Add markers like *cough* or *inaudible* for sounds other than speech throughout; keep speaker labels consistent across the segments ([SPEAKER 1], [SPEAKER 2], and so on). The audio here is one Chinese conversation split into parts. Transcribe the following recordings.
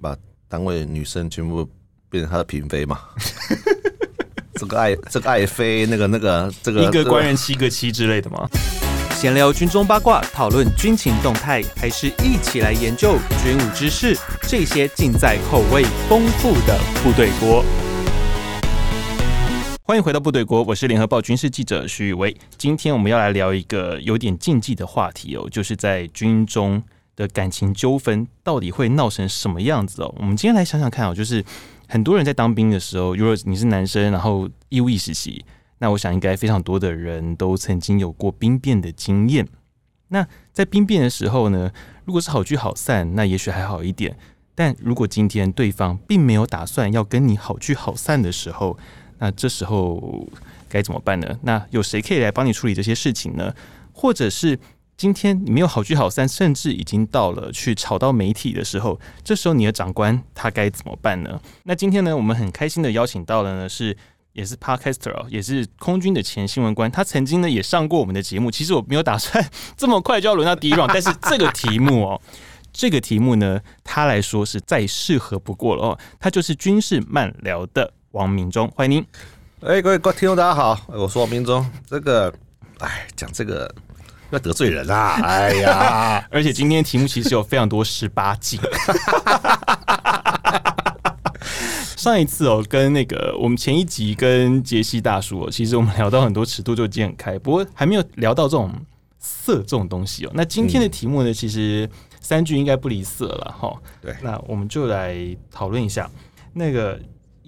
[SPEAKER 1] 把单位女生全部变成他的嫔妃嘛。 *laughs* 这个爱这个爱妃，那个那个这个
[SPEAKER 2] 一个官
[SPEAKER 1] 员
[SPEAKER 2] 员七个妻之类的吗？
[SPEAKER 3] 闲聊军中八卦，讨论军情动态，还是一起来研究军武知识？这些尽在口味丰富的部队锅。欢迎回到部队锅，我是联合报军事记者徐宇威。今天我们要来聊一个有点禁忌的话题哦，就是在军中的感情纠纷到底会闹成什么样子哦？我们今天来想想看哦，就是很多人在当兵的时候，如果你是男生，然后义务役实习，那我想应该非常多的人都曾经有过兵变的经验。那在兵变的时候呢，如果是好聚好散，那也许还好一点。但如果今天对方并没有打算要跟你好聚好散的时候，那这时候该怎么办呢？那有谁可以来帮你处理这些事情呢？或者是今天你没有好聚好散，甚至已经到了去吵到媒体的时候，这时候你的长官他该怎么办呢？那今天呢，我们很开心的邀请到了呢是也是 podcaster 哦，也是空军的前新闻官，他曾经呢也上过我们的节目。其实我没有打算 *laughs* 这么快就要轮到第一 round，但是这个题目哦，这个题目呢，他来说是再适合不过了哦。他就是军事漫聊的王明忠，欢迎您。
[SPEAKER 1] 哎，各位观听众大家好，哎我是王明忠。这个哎，讲这个要得罪人啊！哎呀，
[SPEAKER 3] 而且今天题目其实有非常多十八禁。上一次哦，跟那个我们前一集跟杰西大叔哦，其实我们聊到很多尺度就已经很开，不过还没有聊到这种色这种东西哦。那今
[SPEAKER 1] 嗯
[SPEAKER 3] 天的题目呢，其实三句应该不离色了哈。
[SPEAKER 1] 对
[SPEAKER 3] 那我们就来讨论一下那个。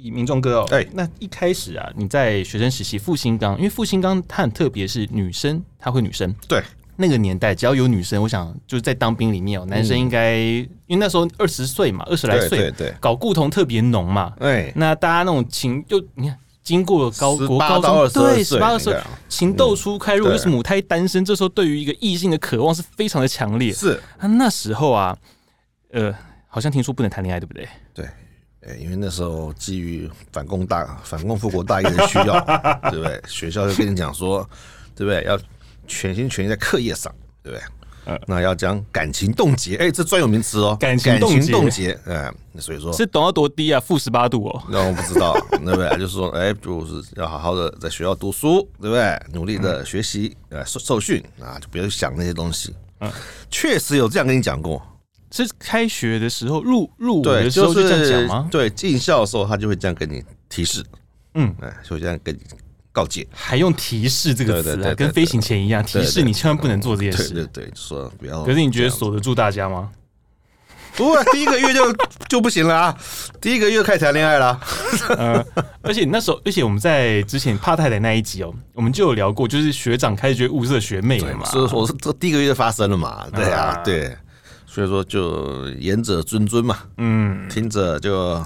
[SPEAKER 3] 以民众哥哦，
[SPEAKER 1] 哎
[SPEAKER 3] 那一开始啊，你在学生实习复兴岗，因为复兴岗它很特别，是女生，她会女生，
[SPEAKER 1] 对，
[SPEAKER 3] 那个年代，只要有女生，我想就是在当兵里面哦，男生应该、因为那时候二十岁嘛，二十来
[SPEAKER 1] 嗯对
[SPEAKER 3] 岁，
[SPEAKER 1] 对对，
[SPEAKER 3] 搞故同特别浓嘛。
[SPEAKER 1] 哎，
[SPEAKER 3] 那大家那种情就你看，经过了高
[SPEAKER 1] 18
[SPEAKER 3] 国高
[SPEAKER 1] 到22
[SPEAKER 3] 中，对，十
[SPEAKER 1] 岁
[SPEAKER 3] 八
[SPEAKER 1] 那个
[SPEAKER 3] 二岁，情窦初开，如果又是
[SPEAKER 1] 对
[SPEAKER 3] 母胎单身，这时候对于一个异性的渴望是非常的强烈。
[SPEAKER 1] 是
[SPEAKER 3] 啊，那时候啊，呃，好像听说不能谈恋爱，对不对？
[SPEAKER 1] 对，哎，因为那时候基于反共大反共复国大义的需要，对不对？学校就跟你讲说，对不对？要全心全意在课业上，对不对？
[SPEAKER 3] 嗯
[SPEAKER 1] 那要讲感情冻结，哎、这专有名词哦，
[SPEAKER 3] 感情冻结
[SPEAKER 1] 感情冻结，哎、所以说
[SPEAKER 3] 是懂到多低啊？负十八度哦。
[SPEAKER 1] 那我不知道， *laughs* 对不对？就是说，哎，就是要好好的在学校读书，对不对？努力的学习，呃，受受训啊，就不要去想那些东西。
[SPEAKER 3] 嗯
[SPEAKER 1] 确实有这样跟你讲过，
[SPEAKER 3] 是开学的时候入入伍
[SPEAKER 1] 对，
[SPEAKER 3] 的时候
[SPEAKER 1] 就
[SPEAKER 3] 这样讲
[SPEAKER 1] 是
[SPEAKER 3] 吗？
[SPEAKER 1] 对进校的时候，他就会这样跟你提示，
[SPEAKER 3] 嗯，
[SPEAKER 1] 哎，就会这样跟你告诫，
[SPEAKER 3] 还用提示这个
[SPEAKER 1] 对对
[SPEAKER 3] 词
[SPEAKER 1] 对
[SPEAKER 3] 啊，
[SPEAKER 1] 对
[SPEAKER 3] 跟
[SPEAKER 1] 对
[SPEAKER 3] 飞行前一样，提
[SPEAKER 1] 对
[SPEAKER 3] 示你千万不能做这件
[SPEAKER 1] 对
[SPEAKER 3] 事。
[SPEAKER 1] 对对，就说不要。
[SPEAKER 3] 可是你觉得锁得住大家吗？
[SPEAKER 1] 不会，第一个月就 *laughs* 就不行了啊，第一个月开始谈恋爱了啊，
[SPEAKER 3] 呃，而且那时候，而且我们在之前怕太太那一集哦，我们就有聊过，就是学长开始觉得物色学妹了嘛。
[SPEAKER 1] 所以说我说这第一个月就发生了嘛，对啊
[SPEAKER 3] 啊，
[SPEAKER 1] 对，所以说就言者谆谆嘛，
[SPEAKER 3] 嗯，
[SPEAKER 1] 听着就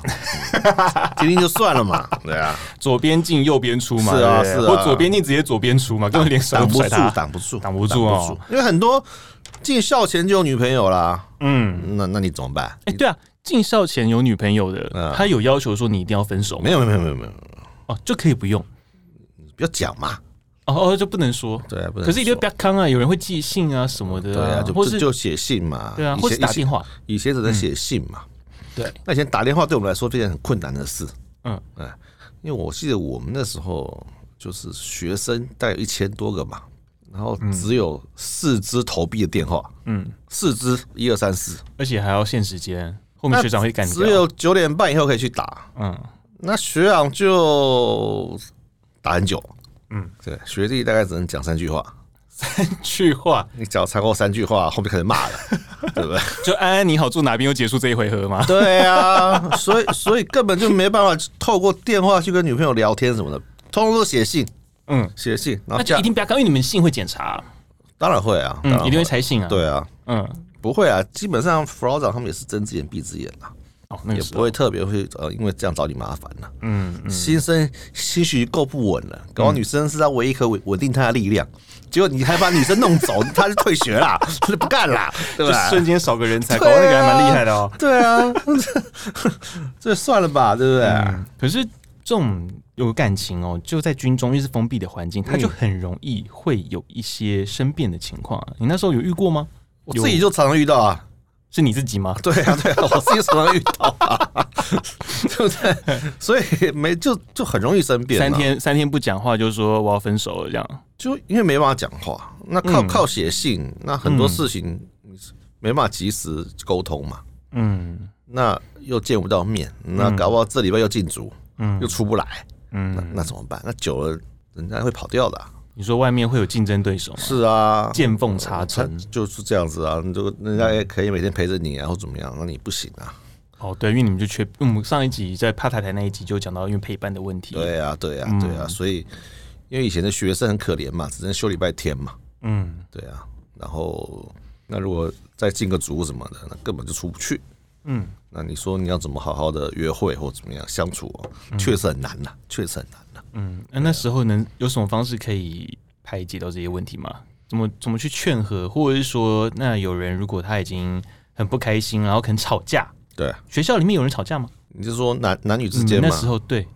[SPEAKER 1] 听听就算了嘛，对
[SPEAKER 3] *laughs*
[SPEAKER 1] 啊，
[SPEAKER 3] 左边进右边出嘛，
[SPEAKER 1] 是啊
[SPEAKER 3] 对不对
[SPEAKER 1] 是啊
[SPEAKER 3] 或左边进直接左边出嘛，根本连手都
[SPEAKER 1] 挡不
[SPEAKER 3] 甩
[SPEAKER 1] 住
[SPEAKER 3] 他，。
[SPEAKER 1] 挡不住，
[SPEAKER 3] 挡不住哦
[SPEAKER 1] 因为很多进校前就有女朋友啦，
[SPEAKER 3] 嗯，
[SPEAKER 1] 那那你怎么办？
[SPEAKER 3] 哎，对啊，进校前有女朋友的
[SPEAKER 1] 嗯，
[SPEAKER 3] 他有要求说你一定要分手吗
[SPEAKER 1] 没有没有没有没有，
[SPEAKER 3] 哦，就可以不用
[SPEAKER 1] 不要讲嘛，
[SPEAKER 3] 哦哦，就不能说。
[SPEAKER 1] 对啊，不能
[SPEAKER 3] 可是一定
[SPEAKER 1] 说
[SPEAKER 3] 不要康啊，有人会寄信啊什么的，
[SPEAKER 1] 对啊，就
[SPEAKER 3] 或
[SPEAKER 1] 不
[SPEAKER 3] 是
[SPEAKER 1] 就写信嘛，
[SPEAKER 3] 对啊，
[SPEAKER 1] 以
[SPEAKER 3] 或是
[SPEAKER 1] 前
[SPEAKER 3] 打电，话，
[SPEAKER 1] 以前以前只能写信嘛，
[SPEAKER 3] 嗯对，
[SPEAKER 1] 那以前打电话对我们来说这件很困难的事，
[SPEAKER 3] 嗯
[SPEAKER 1] 嗯，因为我记得我们那时候就是学生，大概有一千多个嘛，然后只有四支投币的电话，
[SPEAKER 3] 嗯，
[SPEAKER 1] 四支一二三四，
[SPEAKER 3] 而且还要限时间，后面学长会干掉。 *laughs*
[SPEAKER 1] 只有九点半以后可以去打，
[SPEAKER 3] 嗯，
[SPEAKER 1] 那学长就打很久，
[SPEAKER 3] 嗯，
[SPEAKER 1] 对，学弟大概只能讲三句话，
[SPEAKER 3] 去话
[SPEAKER 1] 你只要超过三句话，后面开始骂了，对不对？
[SPEAKER 3] 就安安你好住哪边又结束这一回合 *laughs* 吗？
[SPEAKER 1] 对啊，所以所以根本就没办法透过电话去跟女朋友聊天什么的，通通都写信，
[SPEAKER 3] 嗯，
[SPEAKER 1] 写信，然
[SPEAKER 3] 那
[SPEAKER 1] 后
[SPEAKER 3] 就
[SPEAKER 1] 加
[SPEAKER 3] 一定不要看，因为你们信会检查，
[SPEAKER 1] 当然会啊，当
[SPEAKER 3] 嗯
[SPEAKER 1] 然，
[SPEAKER 3] 一定会拆信啊。，
[SPEAKER 1] 对啊，
[SPEAKER 3] 嗯，
[SPEAKER 1] 不会啊，基本上 f r o 长他们也是睁只眼闭只眼啊，
[SPEAKER 3] 哦，那
[SPEAKER 1] 也
[SPEAKER 3] 个
[SPEAKER 1] 不会特别会呃，因为这样找你麻烦了、
[SPEAKER 3] 嗯，
[SPEAKER 1] 心生心绪够不稳了，搞到女生是他唯一可稳稳定他的力量，结果你还把女生弄走，他就退学啦， *laughs* 他就不干啦，对
[SPEAKER 3] 就
[SPEAKER 1] 吧？
[SPEAKER 3] 瞬间少个人才，搞
[SPEAKER 1] 对啊
[SPEAKER 3] 那个还蛮厉害的哦。
[SPEAKER 1] 对啊， *laughs* 这算了吧，对不对？
[SPEAKER 3] 嗯，可是这种有感情哦，就在军中，因为是封闭的环境，它就很容易会有一些生变的情况啊。你那时候有遇过吗？
[SPEAKER 1] 我自己就常常遇到啊，
[SPEAKER 3] 是你自己吗？
[SPEAKER 1] *laughs* 对啊，对啊，我自己手上遇到啊，对不对？所以没就就很容易生变、啊，
[SPEAKER 3] 三天三天不讲话就说我要分手了，这样
[SPEAKER 1] 就因为没办法讲话，那靠、
[SPEAKER 3] 嗯
[SPEAKER 1] 靠写信，那很多事情没办法及时沟通嘛，
[SPEAKER 3] 嗯
[SPEAKER 1] 那又见不到面，那搞不好这礼拜又禁足，
[SPEAKER 3] 嗯
[SPEAKER 1] 又出不来，那
[SPEAKER 3] 嗯，
[SPEAKER 1] 那怎么办？那久了人家会跑掉的啊、
[SPEAKER 3] 你说外面会有竞争对手吗？
[SPEAKER 1] 是啊，
[SPEAKER 3] 见缝插针
[SPEAKER 1] 他就是这样子啊，你就人家也可以每天陪着你啊，或怎么样，那你不行啊。
[SPEAKER 3] 哦，对，因为你们就缺，因为我们上一集在怕太太那一集就讲到因为陪伴的问题，，
[SPEAKER 1] 对啊，对啊，对啊，所以因为以前的学生很可怜嘛，只能休礼拜天嘛，
[SPEAKER 3] 嗯
[SPEAKER 1] 对啊，然后那如果再进个组什么的，那根本就出不去。
[SPEAKER 3] 嗯，
[SPEAKER 1] 那你说你要怎么好好的约会或怎么样相处、哦，确实很难呐、确实很难呐、
[SPEAKER 3] 嗯，那那时候能有什么方式可以排解到这些问题吗？怎么怎么去劝和，或者是说，那有人如果他已经很不开心，然后可能吵架，
[SPEAKER 1] 对，啊嗯
[SPEAKER 3] 学校里面有人吵架吗？
[SPEAKER 1] 你是说男男女之间
[SPEAKER 3] 那
[SPEAKER 1] 吗？
[SPEAKER 3] 时候对，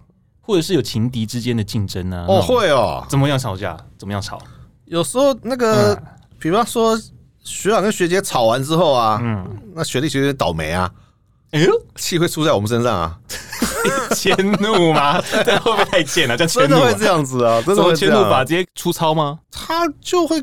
[SPEAKER 3] 或者是有情敌之间的竞争啊？
[SPEAKER 1] 哦，
[SPEAKER 3] 那种
[SPEAKER 1] 会哦，
[SPEAKER 3] 怎么样吵架？怎么样吵？
[SPEAKER 1] 有时候那个，比方说学长跟学姐吵完之后啊，那学弟学姐倒霉啊，
[SPEAKER 3] 哎呦，
[SPEAKER 1] 气会出在我们身上啊，
[SPEAKER 3] 迁怒吗？ *laughs* 这样会不会太贱了、这样
[SPEAKER 1] *laughs*
[SPEAKER 3] 迁
[SPEAKER 1] 真
[SPEAKER 3] 怒、
[SPEAKER 1] 的
[SPEAKER 3] 啊
[SPEAKER 1] 会，这样子啊，真
[SPEAKER 3] 怎
[SPEAKER 1] 的
[SPEAKER 3] 么
[SPEAKER 1] 会
[SPEAKER 3] 迁
[SPEAKER 1] 这
[SPEAKER 3] 怒
[SPEAKER 1] 样、
[SPEAKER 3] 法
[SPEAKER 1] 啊，
[SPEAKER 3] 直接出操吗？
[SPEAKER 1] 他就会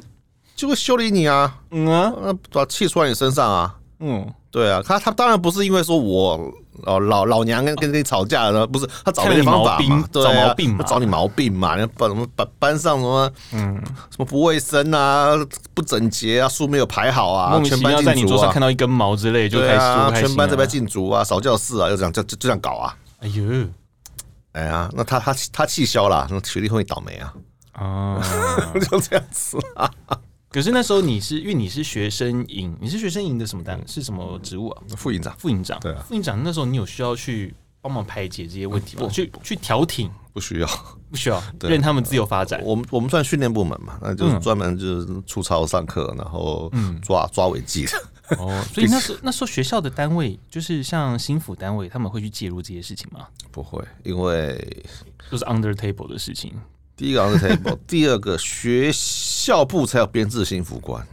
[SPEAKER 1] 就会修理你啊，
[SPEAKER 3] 嗯啊，
[SPEAKER 1] 那把气出在你身上啊。
[SPEAKER 3] 嗯，
[SPEAKER 1] 对啊，他他当然不是因为说我哦老老娘跟跟你吵架了，不是他找
[SPEAKER 3] 看
[SPEAKER 1] 你
[SPEAKER 3] 你
[SPEAKER 1] 的方
[SPEAKER 3] 毛
[SPEAKER 1] 法
[SPEAKER 3] 病
[SPEAKER 1] 嘛，对
[SPEAKER 3] 找
[SPEAKER 1] 啊
[SPEAKER 3] 毛病嘛
[SPEAKER 1] 他找你毛病嘛，那把什么班班上什么
[SPEAKER 3] 嗯，
[SPEAKER 1] 什么不卫生啊、不整洁啊、书没有排好啊，
[SPEAKER 3] 莫名
[SPEAKER 1] 全
[SPEAKER 3] 其
[SPEAKER 1] 班
[SPEAKER 3] 妙在你
[SPEAKER 1] 禁足
[SPEAKER 3] 桌上
[SPEAKER 1] 啊
[SPEAKER 3] 看，到一根毛之类，就开
[SPEAKER 1] 对
[SPEAKER 3] 始、
[SPEAKER 1] 啊，
[SPEAKER 3] 就开心
[SPEAKER 1] 全班这边
[SPEAKER 3] 了
[SPEAKER 1] 禁足啊，扫教室啊，又这样就就就这样搞啊，
[SPEAKER 3] 哎呦
[SPEAKER 1] 哎呀，那他他他气消了，那学历会倒霉啊，
[SPEAKER 3] 啊！
[SPEAKER 1] *laughs* 就这样子啊，
[SPEAKER 3] 可是那时候你是因为你是学生营，你是学生营的什么单是什么职务啊？
[SPEAKER 1] 副营长
[SPEAKER 3] 副营长。
[SPEAKER 1] 对啊
[SPEAKER 3] 副营长那时候你有需要去帮忙排解这些问题吗？去去调停，
[SPEAKER 1] 不需要，
[SPEAKER 3] 不需要，
[SPEAKER 1] 对
[SPEAKER 3] 任他们自由发展。
[SPEAKER 1] 我们我们算训练部门嘛，那就是
[SPEAKER 3] 嗯
[SPEAKER 1] 专门就是出操上课，然后抓抓违纪的。
[SPEAKER 3] 哦，所以那时候那时候学校的单位就是像新辅单位，他们会去介入这些事情吗？
[SPEAKER 1] 不会，因为
[SPEAKER 3] 就是 under table 的事情。
[SPEAKER 1] 第一个 on the
[SPEAKER 3] *laughs*
[SPEAKER 1] table，第二个学校部才有编制幸福官，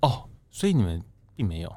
[SPEAKER 3] 哦，所以你们并没有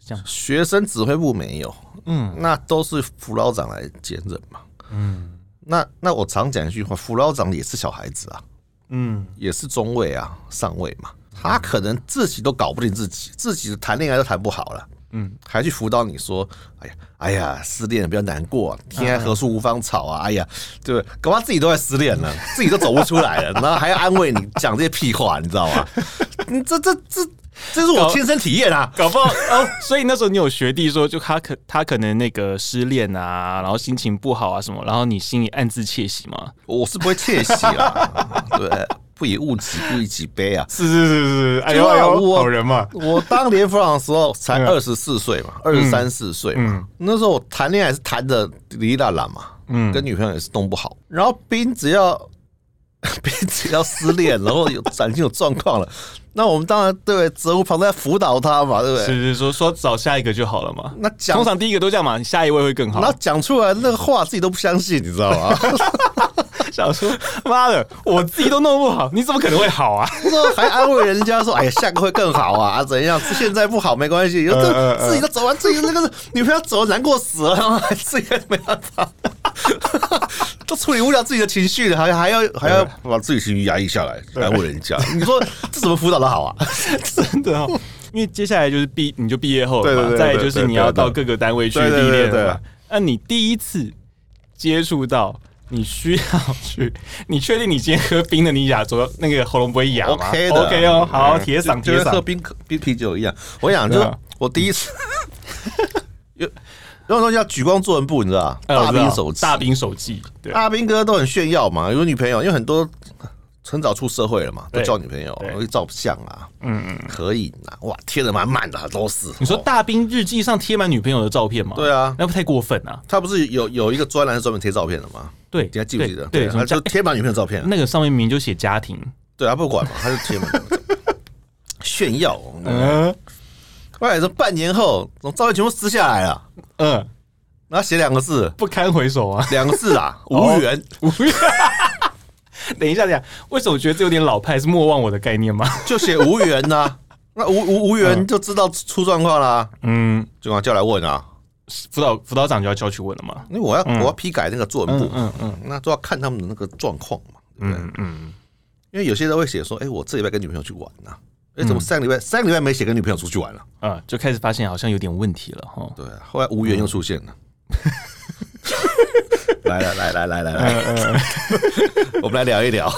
[SPEAKER 3] 是这样。
[SPEAKER 1] 学生指挥部没有，
[SPEAKER 3] 嗯
[SPEAKER 1] 那都是辅老长来兼任嘛。
[SPEAKER 3] 嗯
[SPEAKER 1] 那那我常讲一句话，辅老长也是小孩子啊，
[SPEAKER 3] 嗯，
[SPEAKER 1] 也是中尉啊、上尉嘛，他可能自己都搞不定自己，自己谈恋爱都谈不好了。
[SPEAKER 3] 嗯，
[SPEAKER 1] 还去辅导你说，哎呀，哎呀，失恋了不要难过，天涯何处无芳草
[SPEAKER 3] 嗯
[SPEAKER 1] 啊，哎呀，对不对？搞不好自己都在失恋了， *laughs* 自己都走不出来了，然后还要安慰你讲这些屁话，你知道吗？ *laughs* 你这这这，这是我亲身体验啊！
[SPEAKER 3] 搞不 *laughs* 好哦。所以那时候你有学弟说，就他可他可能那个失恋啊，然后心情不好啊什么，然后你心里暗自窃喜嘛？
[SPEAKER 1] 我是不会窃喜啊， *laughs* 对，不以物喜，不以己悲啊。
[SPEAKER 3] 是是是是，哎
[SPEAKER 1] 呦哎呦好
[SPEAKER 3] 人嘛。
[SPEAKER 1] 我当年副长的时候
[SPEAKER 3] 哎
[SPEAKER 1] 才二十四岁嘛，二十三四岁嘛，那时候我谈恋爱是谈的哩哩啦啦嘛，
[SPEAKER 3] 嗯
[SPEAKER 1] 跟女朋友也是弄不好。然后兵只要 *laughs* 兵只要失恋，然后有感情有状况了，那我们当然对不对责无旁贷辅导他嘛，对不
[SPEAKER 3] 是
[SPEAKER 1] 对？
[SPEAKER 3] 是说说找下一个就好了嘛。
[SPEAKER 1] 那讲
[SPEAKER 3] 通常第一个都这样嘛，下一位会更好
[SPEAKER 1] 然。后讲出来那个话自己都不相信，你知道吗？
[SPEAKER 3] 想说 *laughs* 妈的，我自己都弄不好，你怎么可能会好啊？
[SPEAKER 1] 然后还安慰人家说：“哎呀，下个会更好啊，啊怎样？现在不好没关 *laughs* 系，
[SPEAKER 3] 嗯
[SPEAKER 1] 这
[SPEAKER 3] 嗯
[SPEAKER 1] 自己都走完，自己那个女朋友走得难过死了，然后还自己还没办法，都处理不了自己的情绪了，还还要还要哎把自己情绪压抑下来，安慰人家。 *laughs* 你说这怎么辅导的好 *laughs* 啊？
[SPEAKER 3] *laughs* 真的、哦，因为接下来就是毕，你就毕业后了嘛，
[SPEAKER 1] 对对对
[SPEAKER 3] 再来就是你要到各个单位去历
[SPEAKER 1] 对对对
[SPEAKER 3] 练
[SPEAKER 1] 对对对
[SPEAKER 3] 了嘛。那你第一次接触到，你需要去， *laughs* 你确定你今天喝冰的，你哑说那个喉咙不会哑吗
[SPEAKER 1] OK 的
[SPEAKER 3] ，OK 哦，好，
[SPEAKER 1] 嗯
[SPEAKER 3] 铁嗓
[SPEAKER 1] 就
[SPEAKER 3] 铁
[SPEAKER 1] 跟喝
[SPEAKER 3] 嗓，
[SPEAKER 1] 冰冰啤酒一样。我想
[SPEAKER 3] 对
[SPEAKER 1] 就
[SPEAKER 3] 啊
[SPEAKER 1] 我第一次 *laughs* 有有种东西叫举光做人部，你知道吧？
[SPEAKER 3] 哎我
[SPEAKER 1] 大
[SPEAKER 3] 知道
[SPEAKER 1] 兵手哦气，
[SPEAKER 3] 大兵手记，对，
[SPEAKER 1] 大兵哥都很炫耀嘛，有女朋友，因为很多很早出社会了嘛，都
[SPEAKER 3] 对
[SPEAKER 1] 交女朋友
[SPEAKER 3] 对，
[SPEAKER 1] 容易照相啊，嗯嗯，合影啊，哇，贴的满满的都是。
[SPEAKER 3] 你说
[SPEAKER 1] 哦
[SPEAKER 3] 大兵日记上贴满女朋友的照片吗？
[SPEAKER 1] 对啊
[SPEAKER 3] 那不太过分啊。
[SPEAKER 1] 他不是有有一个专栏是专门贴照片的吗？
[SPEAKER 3] 对，
[SPEAKER 1] 你还记不记得？
[SPEAKER 3] 对，对
[SPEAKER 1] 他
[SPEAKER 3] 什
[SPEAKER 1] 就
[SPEAKER 3] 么家嗯
[SPEAKER 1] 贴满女朋友照片啊，
[SPEAKER 3] 那个上面明明就写家庭，
[SPEAKER 1] 对他不管嘛，他就贴满女朋友照片。炫耀，哦
[SPEAKER 3] *laughs* 嗯
[SPEAKER 1] 后来说半年后，照片全部撕下来了，
[SPEAKER 3] 嗯，
[SPEAKER 1] 然后写两个
[SPEAKER 3] *laughs*
[SPEAKER 1] 字，
[SPEAKER 3] 不堪回首啊。
[SPEAKER 1] 两个字啊，无缘。 *laughs*
[SPEAKER 3] 无缘。等一下，等一下，为什么我觉得这有点老派？是莫忘我的概念吗？
[SPEAKER 1] 就写无缘呐、那无无无缘就知道出状况啦，
[SPEAKER 3] *laughs* 嗯，
[SPEAKER 1] 就把他叫来问啊。
[SPEAKER 3] 辅导辅导长就要叫去问了嘛。
[SPEAKER 1] 因为我要、
[SPEAKER 3] 嗯
[SPEAKER 1] 我要批改那个作文
[SPEAKER 3] 嗯
[SPEAKER 1] 部，
[SPEAKER 3] 嗯嗯
[SPEAKER 1] 那都要看他们的那个状况嘛，对不对？
[SPEAKER 3] 嗯嗯，
[SPEAKER 1] 因为有些人会写说，哎、我这礼拜跟女朋友去玩呐、啊，哎、
[SPEAKER 3] 嗯
[SPEAKER 1] 怎么三个礼拜、三个礼拜没写跟女朋友出去玩了、
[SPEAKER 3] 啊，就开始发现好像有点问题了
[SPEAKER 1] *laughs*
[SPEAKER 3] 哈。
[SPEAKER 1] 对啊，后来无缘又出
[SPEAKER 3] *laughs*
[SPEAKER 1] 现了。来来来来来来来，
[SPEAKER 3] 嗯
[SPEAKER 1] *laughs* 我们来聊一聊。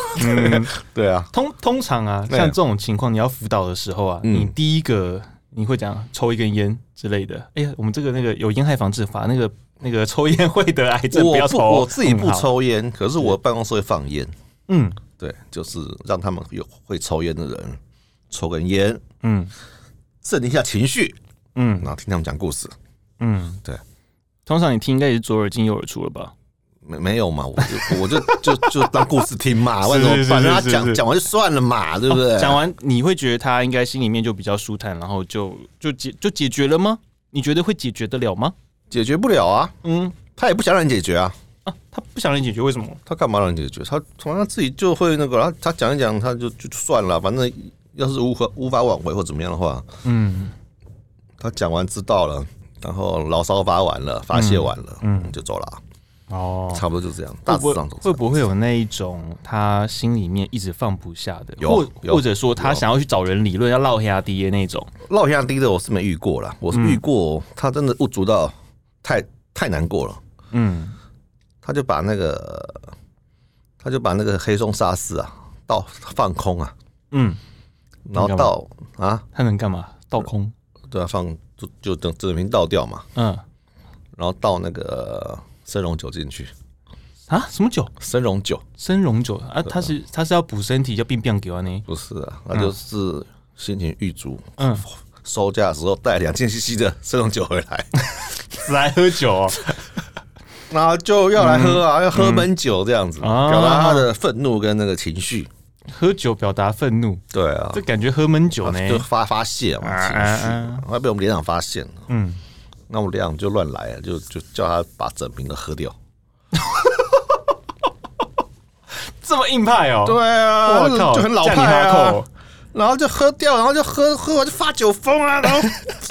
[SPEAKER 1] 对啊，
[SPEAKER 3] 通通常啊，
[SPEAKER 1] 对
[SPEAKER 3] 像这种情况，你要辅导的时候啊，
[SPEAKER 1] 嗯
[SPEAKER 3] 你第一个你会讲抽一根烟之类的。哎呀，我们这个那个有烟害防治法，那个那个抽烟会得癌症，不
[SPEAKER 1] 我
[SPEAKER 3] 要
[SPEAKER 1] 不
[SPEAKER 3] 抽。
[SPEAKER 1] 我自己不
[SPEAKER 3] 嗯。好
[SPEAKER 1] 抽烟，可是我办公室会放烟。
[SPEAKER 3] 嗯
[SPEAKER 1] 对，就是让他们有会抽烟的人抽根烟，
[SPEAKER 3] 嗯
[SPEAKER 1] 镇一下情绪，
[SPEAKER 3] 嗯
[SPEAKER 1] 然后听他们讲故事。
[SPEAKER 3] 嗯，
[SPEAKER 1] 对。
[SPEAKER 3] 通常你听应该也是左耳进右耳出了吧？
[SPEAKER 1] 没没有嘛，我就我就 *laughs* 就就当故事听嘛，为什
[SPEAKER 3] 是
[SPEAKER 1] 么
[SPEAKER 3] 是
[SPEAKER 1] 反正
[SPEAKER 3] 是
[SPEAKER 1] 他
[SPEAKER 3] 是是哦
[SPEAKER 1] 讲讲完就算了嘛，对不对？
[SPEAKER 3] 讲完你会觉得他应该心里面就比较舒坦，然后就就解就解决了吗？你觉得会解决得了吗？
[SPEAKER 1] 解决不了啊，
[SPEAKER 3] 嗯
[SPEAKER 1] 他也不想让你解决啊，
[SPEAKER 3] 啊，他不想让你解决，为什么？
[SPEAKER 1] 他干嘛让你解决？他从他自己就会那个，他他讲一讲，他就就算了，反正要是无法无法挽回或怎么样的话，
[SPEAKER 3] 嗯
[SPEAKER 1] 他讲完知道了，然后牢骚发完了，发泄完了，嗯，就走了啊，
[SPEAKER 3] 哦，
[SPEAKER 1] 差不多就这样，大
[SPEAKER 3] 会
[SPEAKER 1] 致
[SPEAKER 3] 不
[SPEAKER 1] 上
[SPEAKER 3] 会
[SPEAKER 1] 走。
[SPEAKER 3] 会不会有那一种他心里面一直放不下的，
[SPEAKER 1] 有
[SPEAKER 3] 或
[SPEAKER 1] 有
[SPEAKER 3] 或者说他
[SPEAKER 1] 有
[SPEAKER 3] 想要去找人理论，要落黑低的那种？
[SPEAKER 1] 落下低的我是没遇过啦，
[SPEAKER 3] 嗯
[SPEAKER 1] 我是遇过他真的不足到太太难过了，
[SPEAKER 3] 嗯，
[SPEAKER 1] 他就把那个他就把那个黑松沙士啊到放空啊，
[SPEAKER 3] 嗯，
[SPEAKER 1] 然后
[SPEAKER 3] 你干嘛
[SPEAKER 1] 倒啊，
[SPEAKER 3] 他能干嘛？倒空？
[SPEAKER 1] 对啊，放就就整整瓶倒掉嘛，
[SPEAKER 3] 嗯
[SPEAKER 1] 然后倒那个生溶酒进去，
[SPEAKER 3] 啊，什么酒？
[SPEAKER 1] 生溶酒
[SPEAKER 3] 生溶酒啊？他是他是要补身体，叫病病给啊呢？
[SPEAKER 1] 不是啊，那就是心情郁卒，
[SPEAKER 3] 嗯，
[SPEAKER 1] 收假的时候带两千 CC 的生溶酒回
[SPEAKER 3] *laughs*
[SPEAKER 1] 来，
[SPEAKER 3] *laughs* 来喝酒哦。
[SPEAKER 1] 然后就要来喝啊，要喝闷酒这样子，
[SPEAKER 3] 嗯啊
[SPEAKER 1] 表达他的愤怒跟那个情绪。
[SPEAKER 3] 喝酒表达愤怒，
[SPEAKER 1] 对啊
[SPEAKER 3] 这，感觉喝闷酒呢。
[SPEAKER 1] 就发发泄嘛，
[SPEAKER 3] 啊
[SPEAKER 1] 情
[SPEAKER 3] 啊
[SPEAKER 1] 绪嘛，后来被我们连长发现了，
[SPEAKER 3] 嗯，
[SPEAKER 1] 那我们连长就乱来了，就就叫他把整瓶都喝掉。
[SPEAKER 3] 这么硬派哦。
[SPEAKER 1] 对啊，
[SPEAKER 3] 我靠，
[SPEAKER 1] 就很老
[SPEAKER 3] 这样
[SPEAKER 1] 派
[SPEAKER 3] 你哈
[SPEAKER 1] 啊
[SPEAKER 3] 扣。
[SPEAKER 1] 然后就喝掉，然后就喝喝完就发酒疯 *laughs* 啊，然后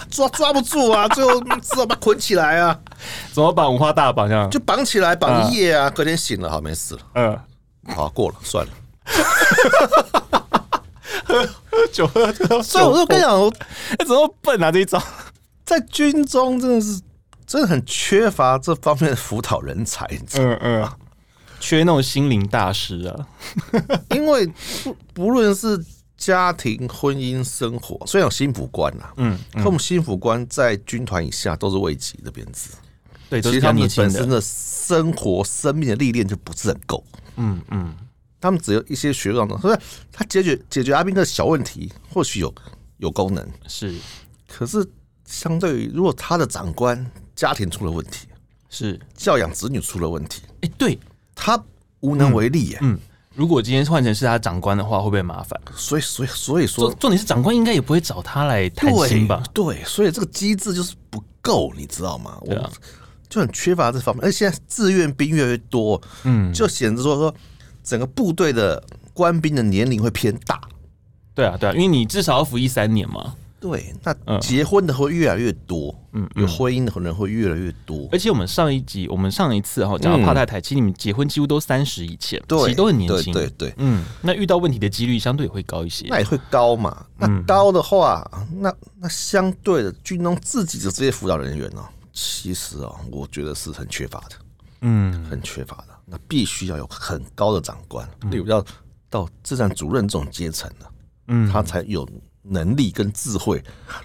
[SPEAKER 1] 抓抓不住啊，最后只好把他捆起来啊，
[SPEAKER 3] 怎么绑五花大绑这样？
[SPEAKER 1] 就绑起来绑一夜啊，隔天醒了，好没事了，
[SPEAKER 3] 嗯，
[SPEAKER 1] *laughs* 好过了，算了。
[SPEAKER 3] 喝酒喝 *laughs* 喝，
[SPEAKER 1] 所以我就跟你讲，我
[SPEAKER 3] 哎怎么笨啊这一招？
[SPEAKER 1] 在军中真的是真的很缺乏这方面的辅导人才，你知道吗
[SPEAKER 3] 嗯嗯，缺那种心灵大师啊。
[SPEAKER 1] 因为不不论是家庭、婚姻、生活，虽然有心腹官啦、
[SPEAKER 3] 嗯，
[SPEAKER 1] 可我们心腹官在军团以下都是位级的编制，
[SPEAKER 3] 对，
[SPEAKER 1] 其
[SPEAKER 3] 都
[SPEAKER 1] 实
[SPEAKER 3] 是比较
[SPEAKER 1] 他们
[SPEAKER 3] 年轻
[SPEAKER 1] 本
[SPEAKER 3] 的
[SPEAKER 1] 身的生活、生命的历练就不是很够。
[SPEAKER 3] 嗯嗯
[SPEAKER 1] 他们只有一些学术上的，所以他解决解决阿兵哥的小问题，或许有有功能，
[SPEAKER 3] 是
[SPEAKER 1] 可是相对于如果他的长官家庭出了问题，
[SPEAKER 3] 是，
[SPEAKER 1] 教养子女出了问题，
[SPEAKER 3] 哎、对，
[SPEAKER 1] 他无能为力耶、
[SPEAKER 3] 嗯，如果今天换成是他长官的话，会不会麻烦？
[SPEAKER 1] 所以，所以，所以说
[SPEAKER 3] 重，重点是长官应该也不会找他来谈心吧？
[SPEAKER 1] 对，所以这个机制就是不够，你知道吗？我
[SPEAKER 3] 对啊
[SPEAKER 1] 就很缺乏这方面，而且现在志愿兵越来越多，
[SPEAKER 3] 嗯，
[SPEAKER 1] 就显示说说整个部队的官兵的年龄会偏大。
[SPEAKER 3] 对啊对啊，因为你至少要服役三年嘛，
[SPEAKER 1] 对，那结婚的会越来越多，嗯，有婚姻的人会越来越多
[SPEAKER 3] 而，且我们上一集，我们上一次哈讲到
[SPEAKER 1] 嗯
[SPEAKER 3] 帕太太，其实你们结婚几乎都三十以前，
[SPEAKER 1] 对，
[SPEAKER 3] 其实都很年轻，
[SPEAKER 1] 对对对，
[SPEAKER 3] 嗯，那遇到问题的几率相对也会高一些
[SPEAKER 1] 那。也会高嘛？那
[SPEAKER 3] 嗯
[SPEAKER 1] 高的话，那那相对的，军中自己的这些辅导人员哦，其实哦，我觉得是很缺乏的。
[SPEAKER 3] 嗯，
[SPEAKER 1] 很缺乏的，那必须要有很高的长官，例如要到志战主任这种阶层的，
[SPEAKER 3] 嗯
[SPEAKER 1] 他才有能力跟智慧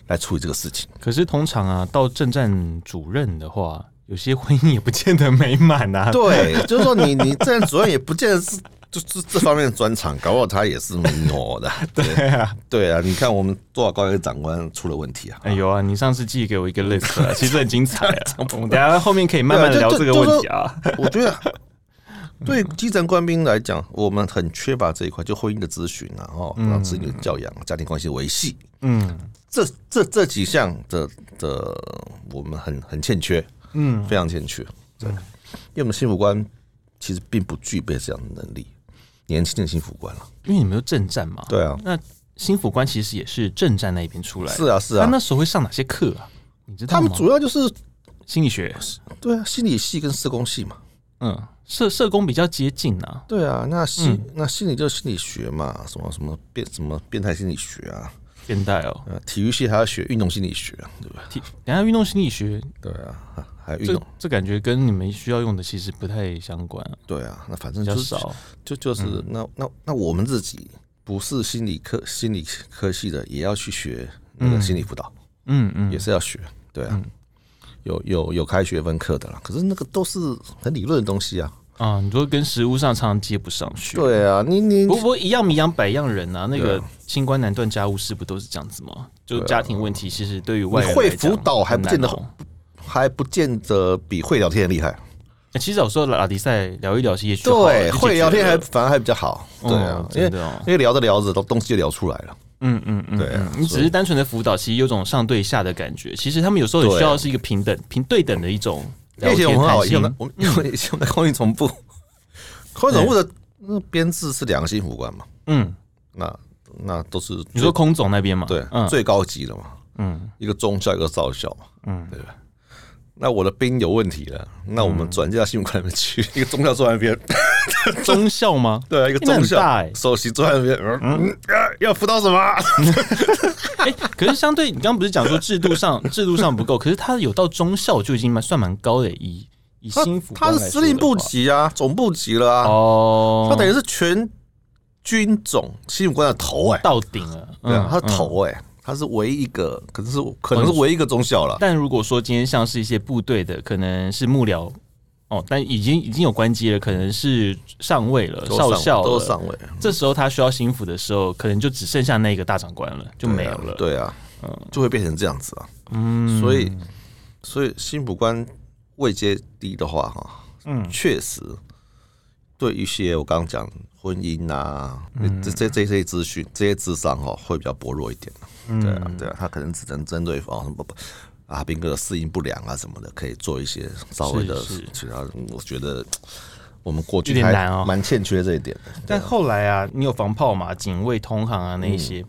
[SPEAKER 1] 来处理这个事情。
[SPEAKER 3] 可是通常啊，到政战主任的话，有些婚姻也不见得美满啊。
[SPEAKER 1] 对， *laughs* 就是说你你志战主任也不见得是就是这方面的专长，搞不好他也是迷糊的。 *laughs* 对
[SPEAKER 3] 啊，
[SPEAKER 1] 对啊，你看我们多少高级长官出了问题啊？
[SPEAKER 3] 哎有啊，你上次寄给我一个 list，啊 *laughs* 其实很精彩 *laughs* 啊。我们等一下后面可以慢慢
[SPEAKER 1] 对啊
[SPEAKER 3] 聊
[SPEAKER 1] 就
[SPEAKER 3] 这个
[SPEAKER 1] 就
[SPEAKER 3] 问题啊。
[SPEAKER 1] *laughs* 我觉得。对基层官兵来讲，我们很缺乏这一块，就婚姻的咨询啊，哦，然后子女的教养、家庭关系的维系，
[SPEAKER 3] 嗯
[SPEAKER 1] 这这这几项的的，我们很很欠缺，
[SPEAKER 3] 嗯，
[SPEAKER 1] 非常欠缺。对，因为我们幸福官其实并不具备这样的能力，年轻的幸福官了。啊
[SPEAKER 3] 因为你们有政战嘛，
[SPEAKER 1] 对啊，
[SPEAKER 3] 那新辅官其实也是政战那一边出来的，
[SPEAKER 1] 是啊是
[SPEAKER 3] 他
[SPEAKER 1] 啊，
[SPEAKER 3] 那时候会上哪些课啊？你知道
[SPEAKER 1] 他
[SPEAKER 3] 吗？
[SPEAKER 1] 们主要就是
[SPEAKER 3] 心理学，
[SPEAKER 1] 对啊，心理系跟社工系嘛。
[SPEAKER 3] 嗯，社社工比较接近啊，
[SPEAKER 1] 对啊，那心、
[SPEAKER 3] 嗯
[SPEAKER 1] 那心理就是心理学嘛，什么什么变什么变态心理学啊，
[SPEAKER 3] 现代哦。
[SPEAKER 1] 呃，体育系还要学运动心理学啊，对吧？
[SPEAKER 3] 体等一下运动心理学，
[SPEAKER 1] 对啊，啊还有运
[SPEAKER 3] 这
[SPEAKER 1] 动，
[SPEAKER 3] 这感觉跟你们需要用的其实不太相关、啊，
[SPEAKER 1] 对啊，那反正
[SPEAKER 3] 比
[SPEAKER 1] 就
[SPEAKER 3] 较
[SPEAKER 1] 是
[SPEAKER 3] 少。嗯
[SPEAKER 1] 就就是、那那那我们自己不是心理科心理科系的，也要去学那个
[SPEAKER 3] 嗯
[SPEAKER 1] 心理辅导，
[SPEAKER 3] 嗯嗯，
[SPEAKER 1] 也是要学，对啊，有有有开学分课的啦，可是那个都是很理论的东西啊，
[SPEAKER 3] 啊，你说跟实物上常常接不上去。，
[SPEAKER 1] 对啊，你你
[SPEAKER 3] 不过一样米养百样人啊，那
[SPEAKER 1] 对
[SPEAKER 3] 个清官难断家务事不都是这样子吗？就
[SPEAKER 1] 对啊
[SPEAKER 3] 家庭问题，其实对于外人
[SPEAKER 1] 你啊会
[SPEAKER 3] 来讲
[SPEAKER 1] 辅导还不见得
[SPEAKER 3] 很难哦
[SPEAKER 1] 还不见得比会聊天厉害，
[SPEAKER 3] 欸其实有时候拉迪赛聊一聊，其实也就好了
[SPEAKER 1] 对，
[SPEAKER 3] 就解
[SPEAKER 1] 会聊
[SPEAKER 3] 决
[SPEAKER 1] 天还
[SPEAKER 3] 了
[SPEAKER 1] 反而还比较好，对啊
[SPEAKER 3] 哦，
[SPEAKER 1] 因为
[SPEAKER 3] 真的哦
[SPEAKER 1] 因为聊着聊着都东西就聊出来了，
[SPEAKER 3] 嗯嗯嗯，
[SPEAKER 1] 对啊
[SPEAKER 3] 嗯你只
[SPEAKER 1] 所
[SPEAKER 3] 是单纯的辅导，其实有种上对下的感觉。其实他们有时候也需
[SPEAKER 1] 对啊
[SPEAKER 3] 要是一个平等、平对等的一种聊
[SPEAKER 1] 而且我
[SPEAKER 3] 天
[SPEAKER 1] 们很好，
[SPEAKER 3] 谈
[SPEAKER 1] 以前我
[SPEAKER 3] 心嗯
[SPEAKER 1] 们。我们 *laughs* 因为以前我们的空运总部，空运总部的那编制是两个幸福官嘛，
[SPEAKER 3] 哎嗯，
[SPEAKER 1] 那那都是
[SPEAKER 3] 你说空总那边嘛？
[SPEAKER 1] 最对、
[SPEAKER 3] 嗯
[SPEAKER 1] 最高级的嘛，
[SPEAKER 3] 嗯
[SPEAKER 1] 一个中校一个少校嘛，
[SPEAKER 3] 嗯，
[SPEAKER 1] 对吧？那我的兵有问题了，那我们转介到幸福官那边去， *laughs* 一个中校坐在那边，
[SPEAKER 3] 中校吗？
[SPEAKER 1] 对啊，一个
[SPEAKER 3] 那
[SPEAKER 1] 中
[SPEAKER 3] 很
[SPEAKER 1] 校、
[SPEAKER 3] 大欸
[SPEAKER 1] 首席坐在那边，嗯，啊要辅导什么？
[SPEAKER 3] *laughs* 哎、可是相对你刚刚不是讲说制度
[SPEAKER 1] *laughs*
[SPEAKER 3] 上制度上不够，可是他有到中校就已经蛮算蛮高的，以以
[SPEAKER 1] *laughs*
[SPEAKER 3] 新服
[SPEAKER 1] 他是司令部级啊，总部级了啊，
[SPEAKER 3] 哦，
[SPEAKER 1] 他等于是全军总幸福官的头哎、
[SPEAKER 3] 到顶了，
[SPEAKER 1] 对啊
[SPEAKER 3] 嗯，
[SPEAKER 1] 他的
[SPEAKER 3] 嗯
[SPEAKER 1] 头哎、他是唯一一个，可能是可能是唯一一个中校了。
[SPEAKER 3] 但如果说今天像是一些部队的，可能是幕僚哦，但已经已经有官阶了，可能是上尉了、
[SPEAKER 1] 都上
[SPEAKER 3] 少校
[SPEAKER 1] 都
[SPEAKER 3] 了
[SPEAKER 1] 是上尉，
[SPEAKER 3] 这时候他需要心服的时候，可能就只剩下那个大长官了，就没有了。
[SPEAKER 1] 对啊，对啊
[SPEAKER 3] 嗯
[SPEAKER 1] 就会变成这样子啊。
[SPEAKER 3] 嗯
[SPEAKER 1] 所以，所以新捕官位阶低的话，哈，
[SPEAKER 3] 嗯
[SPEAKER 1] 确实对一些我刚刚讲婚姻啊，
[SPEAKER 3] 嗯
[SPEAKER 1] 这这这些资讯、这些智商哈，会比较薄弱一点。
[SPEAKER 3] 嗯
[SPEAKER 1] 对啊，对啊，他可能只能针对哦什么不。啊，兵哥的适应不良啊什么的，可以做一些稍微的
[SPEAKER 3] 是是
[SPEAKER 1] 其他。嗯我觉得我们过
[SPEAKER 3] 有
[SPEAKER 1] 去
[SPEAKER 3] 点
[SPEAKER 1] 还
[SPEAKER 3] 难哦
[SPEAKER 1] 蛮欠缺这一点的。
[SPEAKER 3] 但后来啊，你有防炮嘛、警卫、同行啊那一
[SPEAKER 1] 嗯
[SPEAKER 3] 些，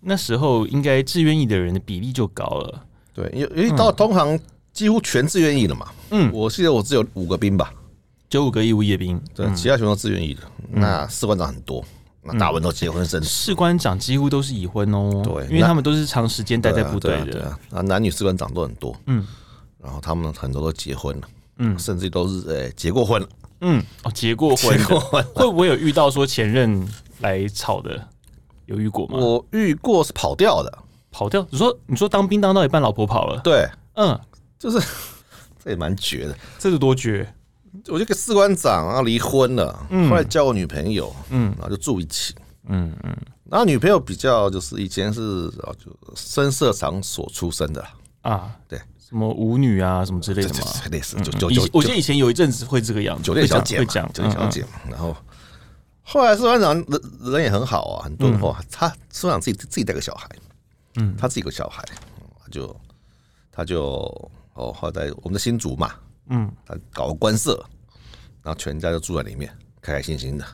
[SPEAKER 3] 那时候应该志愿意的人的比例就高了。
[SPEAKER 1] 对，因为因为到通常几乎全自愿意的嘛。
[SPEAKER 3] 嗯
[SPEAKER 1] 我记得我只有五个兵吧，
[SPEAKER 3] 九五个义务役兵，
[SPEAKER 1] 对，其他全都自愿意的。
[SPEAKER 3] 嗯
[SPEAKER 1] 那士官长很多，那大部分都结婚生子，
[SPEAKER 3] 士官长几乎都是已婚哦，
[SPEAKER 1] 对
[SPEAKER 3] 因为
[SPEAKER 1] 那
[SPEAKER 3] 他们都是长时间待在
[SPEAKER 1] 对啊
[SPEAKER 3] 部队
[SPEAKER 1] 对啊对
[SPEAKER 3] 的，
[SPEAKER 1] 啊，啊，男女士官长都很多。
[SPEAKER 3] 嗯，
[SPEAKER 1] 然后他们很多都结婚了，
[SPEAKER 3] 嗯
[SPEAKER 1] 甚至都是呃结过婚了，
[SPEAKER 3] 嗯，哦，结过婚的，
[SPEAKER 1] 结过婚
[SPEAKER 3] 会不会有遇到说前任来吵的？有遇过吗？
[SPEAKER 1] 我遇过是跑掉的，
[SPEAKER 3] 跑掉？你说你说当兵当到一半，老婆跑了，
[SPEAKER 1] 对，
[SPEAKER 3] 嗯，
[SPEAKER 1] 就是这也蛮绝的。
[SPEAKER 3] 这是多绝，
[SPEAKER 1] 我就跟士官长然后离婚了，后来交我女朋友，嗯，然后就住一起，
[SPEAKER 3] 嗯嗯。
[SPEAKER 1] 然后女朋友比较就是以前是啊就深色场所出身的啦，
[SPEAKER 3] 啊，
[SPEAKER 1] 对，
[SPEAKER 3] 什么舞女啊，什么之类
[SPEAKER 1] 这
[SPEAKER 3] 的嘛。
[SPEAKER 1] 类似就就
[SPEAKER 3] 以
[SPEAKER 1] 就
[SPEAKER 3] 我记得以前有一阵子会这个样子，
[SPEAKER 1] 酒店小姐
[SPEAKER 3] 会
[SPEAKER 1] 嘛
[SPEAKER 3] 讲，
[SPEAKER 1] 酒店小
[SPEAKER 3] 嗯，
[SPEAKER 1] 姐嘛，然后后来士官长人人也很好啊，很
[SPEAKER 3] 嗯
[SPEAKER 1] 敦厚啊，他士官长自己自己带个小孩，嗯，他自己有个小孩，他就他就哦后来我们的新竹嘛，
[SPEAKER 3] 嗯，
[SPEAKER 1] 他搞个官舍，然后全家就住在里面，开开心心的。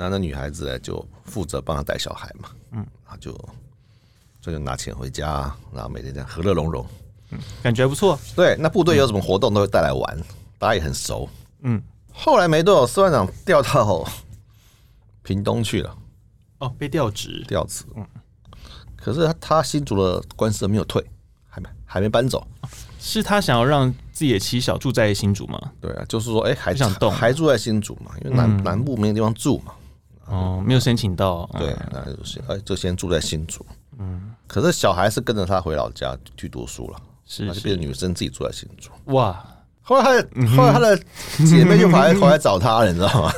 [SPEAKER 1] 那那女孩子呢，就负责帮他带小孩嘛，嗯，然后就这就拿钱回家，然后每天这样和乐融融。
[SPEAKER 3] 感觉还不错。
[SPEAKER 1] 对，那部队有什么活动都会带来玩，大家也很熟。
[SPEAKER 3] 嗯，
[SPEAKER 1] 后来没多久，司班长调到屏东去了，
[SPEAKER 3] 哦，被调职，
[SPEAKER 1] 调职。
[SPEAKER 3] 嗯
[SPEAKER 1] 可是他他新竹的官司没有退，还没还没搬走。
[SPEAKER 3] 是他想要让自己的妻小住在新竹吗？
[SPEAKER 1] 对啊，就是说，哎、还
[SPEAKER 3] 不想动嗯
[SPEAKER 1] 还住在新竹嘛，因为南、南部没有地方住嘛。
[SPEAKER 3] 哦，没有申请到。
[SPEAKER 1] 啊
[SPEAKER 3] 嗯
[SPEAKER 1] 对，，那就是哎，就先住在新竹。嗯，可是小孩是跟着他回老家去读书了，
[SPEAKER 3] 是
[SPEAKER 1] 他就变
[SPEAKER 3] 是
[SPEAKER 1] 成女生自己住在新竹。
[SPEAKER 3] 哇，
[SPEAKER 1] 后来他的
[SPEAKER 3] *laughs*
[SPEAKER 1] 后来他的姐妹就跑来跑来找他了，你知道吗？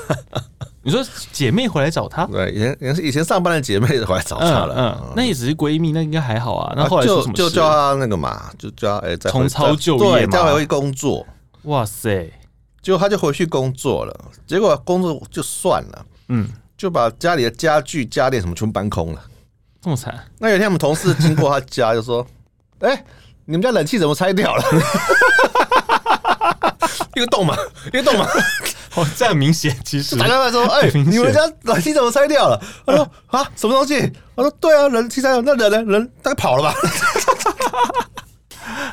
[SPEAKER 3] 你说姐妹回来找他，
[SPEAKER 1] *laughs* 对，以前以前是以前上班的姐妹就跑来找他了。嗯
[SPEAKER 3] 嗯，那也只是闺蜜，那应该还好啊。那
[SPEAKER 1] 啊
[SPEAKER 3] 后来
[SPEAKER 1] 就
[SPEAKER 3] 说什么
[SPEAKER 1] 就
[SPEAKER 3] 事
[SPEAKER 1] 叫？他那个嘛，就叫他哎，再回
[SPEAKER 3] 重操旧业
[SPEAKER 1] 对，
[SPEAKER 3] 嘛
[SPEAKER 1] 再回去工作。
[SPEAKER 3] 哇塞，
[SPEAKER 1] 结果他就回去工作了，结果工作就算了，
[SPEAKER 3] 嗯，
[SPEAKER 1] 就把家里的家具、家电什么全部搬空了。
[SPEAKER 3] 这么惨，
[SPEAKER 1] 那有一天我们同事经过他家，就说：“ *laughs* 哎、你们家
[SPEAKER 3] *laughs*
[SPEAKER 1] 冷气怎么拆掉了？”一个洞嘛，一个洞嘛，
[SPEAKER 3] 哦，这样明显其实
[SPEAKER 1] 打电话说：“哎、你们家冷气怎么拆掉了？”我
[SPEAKER 3] *laughs*
[SPEAKER 1] 说：“啊，什么东西？”我说：“对啊，冷气拆掉，那人呢？人大概跑了吧？ *laughs*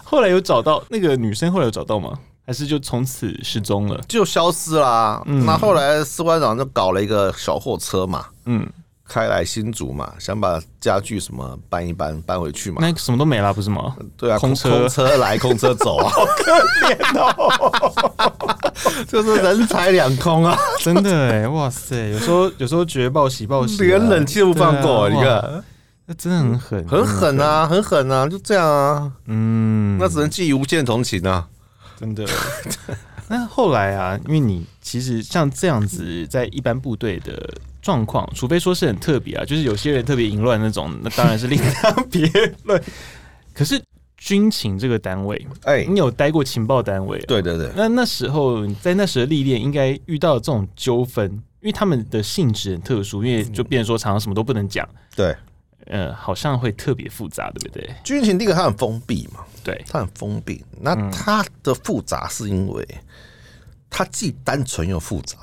[SPEAKER 3] 后来有找到那个女生，后来有找到吗？还是就从此失踪了？
[SPEAKER 1] 就消失啦。那后来司官长就搞了一个小货车嘛，
[SPEAKER 3] 嗯，
[SPEAKER 1] 开来新竹嘛，想把家具什么搬一搬，搬回去嘛。
[SPEAKER 3] 那什么都没啦，不是吗？
[SPEAKER 1] 对啊，
[SPEAKER 3] 空
[SPEAKER 1] 空
[SPEAKER 3] 车
[SPEAKER 1] 空车来，空车走
[SPEAKER 3] *laughs*
[SPEAKER 1] 啊，
[SPEAKER 3] 哦
[SPEAKER 1] *laughs* 就是人财两空啊，
[SPEAKER 3] *laughs* 真的哎，哇塞，有时候有时候绝报喜报喜啊，
[SPEAKER 1] 连冷气都不放过、
[SPEAKER 3] 对
[SPEAKER 1] 你
[SPEAKER 3] 啊，哇
[SPEAKER 1] 看，
[SPEAKER 3] 那真的很狠，
[SPEAKER 1] 很狠啊，很狠啊，就这样啊，
[SPEAKER 3] 嗯，
[SPEAKER 1] 那只能寄予无限同情啊。
[SPEAKER 3] 真的。 *laughs* 那后来啊，因为你其实像这样子，在一般部队的状况，除非说是很特别啊，就是有些人特别淫乱那种，那当然是另当别 *laughs* 论。可是军情这个单位，
[SPEAKER 1] 哎、
[SPEAKER 3] 你有待过情报单位、啊？
[SPEAKER 1] 对对对，
[SPEAKER 3] 那那时候你在那时的历练，应该遇到这种纠纷，因为他们的性质很特殊，因为就变成说常常什么都不能讲，
[SPEAKER 1] 对，
[SPEAKER 3] 呃，好像会特别复杂，对不对？
[SPEAKER 1] 军情第一个它很封闭嘛，
[SPEAKER 3] *laughs* 对，
[SPEAKER 1] 它很封闭。那
[SPEAKER 3] 嗯
[SPEAKER 1] 它的复杂是因为它既单纯又复杂。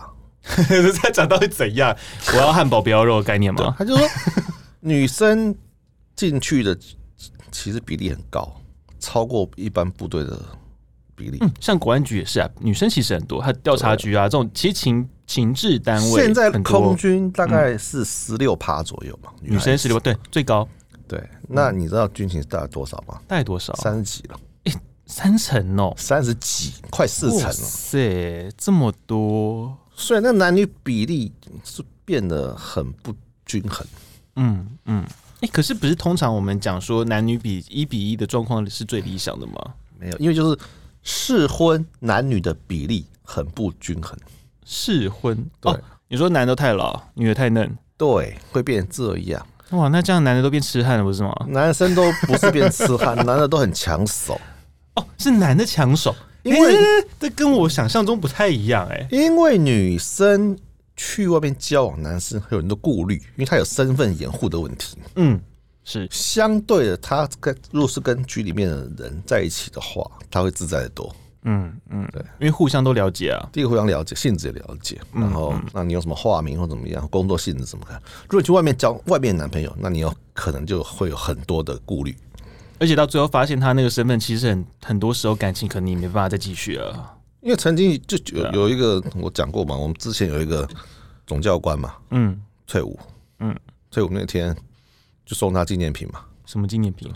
[SPEAKER 3] 再讲到底怎样？我要汉堡不要肉的概念吗？
[SPEAKER 1] 他就说 *laughs* 女生进去的其实比例很高，超过一般部队的比例。
[SPEAKER 3] 像国安局也是啊，女生其实很多，还有调查局啊这种，其实情情治单位
[SPEAKER 1] 现在
[SPEAKER 3] 很多嗯
[SPEAKER 1] 空军啊大概是十六趴左右嘛，
[SPEAKER 3] 女
[SPEAKER 1] 孩
[SPEAKER 3] 生
[SPEAKER 1] 子
[SPEAKER 3] 十六嗯对最高
[SPEAKER 1] 对。那你知道军情大概多少吗？
[SPEAKER 3] 大概多少？
[SPEAKER 1] 三十几了，
[SPEAKER 3] 三成哦，
[SPEAKER 1] 三十几，快四成
[SPEAKER 3] 哇
[SPEAKER 1] 了。
[SPEAKER 3] 塞，这么多，
[SPEAKER 1] 所以那男女比例是变得很不均衡。
[SPEAKER 3] 嗯嗯。哎、可是不是通常我们讲说男女比一比一的状况是最理想的吗？
[SPEAKER 1] 没有，因为就是适婚男女的比例很不均衡，
[SPEAKER 3] 适婚
[SPEAKER 1] 对
[SPEAKER 3] 哦，你说男的太老，女的太嫩，
[SPEAKER 1] 对，会变这样。
[SPEAKER 3] 哇，那这样男的都变痴汉了，不是吗？
[SPEAKER 1] 男生都不是变痴汉，男的都很抢手，
[SPEAKER 3] 哦，是男的抢手，
[SPEAKER 1] 因为
[SPEAKER 3] 诶这跟我想象中不太一样哎、
[SPEAKER 1] 因为女生去外面交往，男生会有很多顾虑，因为他有身份掩护的问题。
[SPEAKER 3] 嗯，是
[SPEAKER 1] 相对的，他跟若是跟局里面的人在一起的话，他会自在的多。
[SPEAKER 3] 嗯，嗯，
[SPEAKER 1] 对，
[SPEAKER 3] 因为互相都了解啊。
[SPEAKER 1] 第一个互相了解，性质也了解，然后嗯那你有什么化名或怎么样，工作性质怎么看？如果你去外面交外面的男朋友，那你有可能就会有很多的顾虑。
[SPEAKER 3] 而且到最后发现他那个身份，其实很很多时候感情可能也没办法再继续了。
[SPEAKER 1] 因为曾经就
[SPEAKER 3] 对啊
[SPEAKER 1] 有有一个我讲过嘛，我们之前有一个总教官嘛，
[SPEAKER 3] 嗯，
[SPEAKER 1] 退伍，
[SPEAKER 3] 嗯，
[SPEAKER 1] 退伍那天就送他纪念品嘛。
[SPEAKER 3] 什么纪念品？